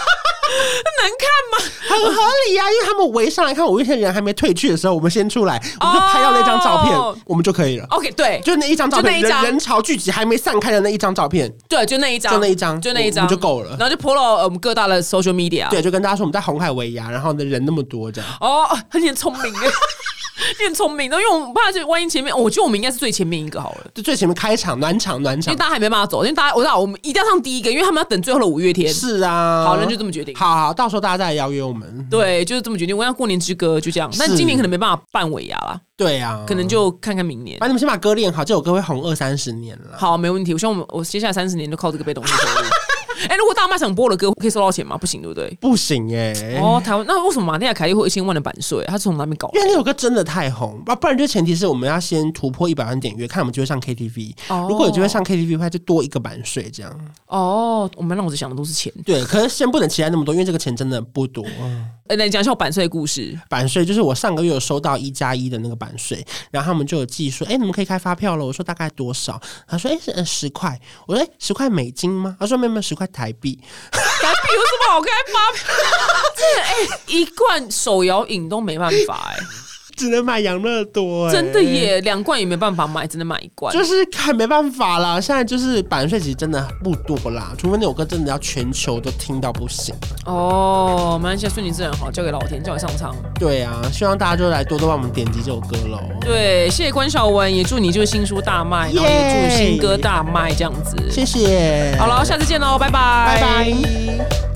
[SPEAKER 1] 看吗？
[SPEAKER 2] 很合理啊呀、因为他们围上来看我月天人还没退去的时候，我们先出来，我们就拍到那张照片，
[SPEAKER 1] 哦
[SPEAKER 2] 我们就可以了。
[SPEAKER 1] OK，对，
[SPEAKER 2] 就那一张照
[SPEAKER 1] 就
[SPEAKER 2] 片，
[SPEAKER 1] 那一张
[SPEAKER 2] 人人潮聚集还没散开的那一张照片，
[SPEAKER 1] 对，就那一张，
[SPEAKER 2] 就那一张
[SPEAKER 1] 就那一张
[SPEAKER 2] 我们就够了
[SPEAKER 1] 然后就 po 到呃我们各大的 social media。，
[SPEAKER 2] 对，就跟大家说我们在红海尾牙，然后呢人那么多这样。
[SPEAKER 1] 哦，你很聪明， 你很聪明的，因为我们怕就万一前面，我觉得我们应该是最前面一个好了。
[SPEAKER 2] 就最前面开场暖场暖
[SPEAKER 1] 因
[SPEAKER 2] 场
[SPEAKER 1] 为，大家还没办法走，因为大家我知道我们一定要上第一个，因为他们要等最后的五月天。
[SPEAKER 2] 是啊，
[SPEAKER 1] 好，那就这么决定。
[SPEAKER 2] 好好，到时候大家再来邀约我们。
[SPEAKER 1] 对，就是这么决定。我要过年之歌就这样，但
[SPEAKER 2] 是
[SPEAKER 1] 今年可能没办法办尾牙啦，
[SPEAKER 2] 对啊，
[SPEAKER 1] 可能就看看明年。
[SPEAKER 2] 反正你们先把歌练好，这首歌会红二三十年了。
[SPEAKER 1] 好，没问题。我希望我们我接下来三十年都靠这个被动收入。 哎、如果大卖场播了歌，可以收到钱吗？不行，对不对？
[SPEAKER 2] 不行哎、
[SPEAKER 1] 哦，台湾那为什么马蒂亚凯莉会有一千万的版税？他是从哪边搞
[SPEAKER 2] 因
[SPEAKER 1] 来
[SPEAKER 2] 为那首歌真的太红，不不然就前提是我们要先突破一百万点阅，看我们就会上 KTV。
[SPEAKER 1] 哦
[SPEAKER 2] 如果有机会上 KTV 的话，就多一个版税这样。
[SPEAKER 1] 哦，我们老子想的都是钱。
[SPEAKER 2] 对，可是先不能期待那么多，因为这个钱真的不多。
[SPEAKER 1] 哎、那你讲一下我版税的故事。
[SPEAKER 2] 版税就是我上个月有收到一加一的那个版税，然后他们就有寄说，哎、你们可以开发票了。我说大概多少？他说，哎、是呃十块。我说，哎、十块美金吗？他说，没有没有，十块台币。
[SPEAKER 1] 台币有 什么好开发？这哎、一罐手摇饮都没办法哎、
[SPEAKER 2] 只能买养乐多、哎
[SPEAKER 1] 真的。耶，两罐也没办法买，只能买一罐。
[SPEAKER 2] 就是看没办法啦，现在就是版税其实真的不多啦，除非那首歌真的要全球都听到不行。
[SPEAKER 1] 哦，没关系，顺其自然好，交给老天，交给上苍。
[SPEAKER 2] 对啊，希望大家就来多多帮我们点击这首歌喽。
[SPEAKER 1] 对，谢谢关少文，也祝你就是新书大卖，然后也祝新歌大卖这样子。
[SPEAKER 2] 谢谢，
[SPEAKER 1] 好了，下次见喽，拜
[SPEAKER 2] 拜拜。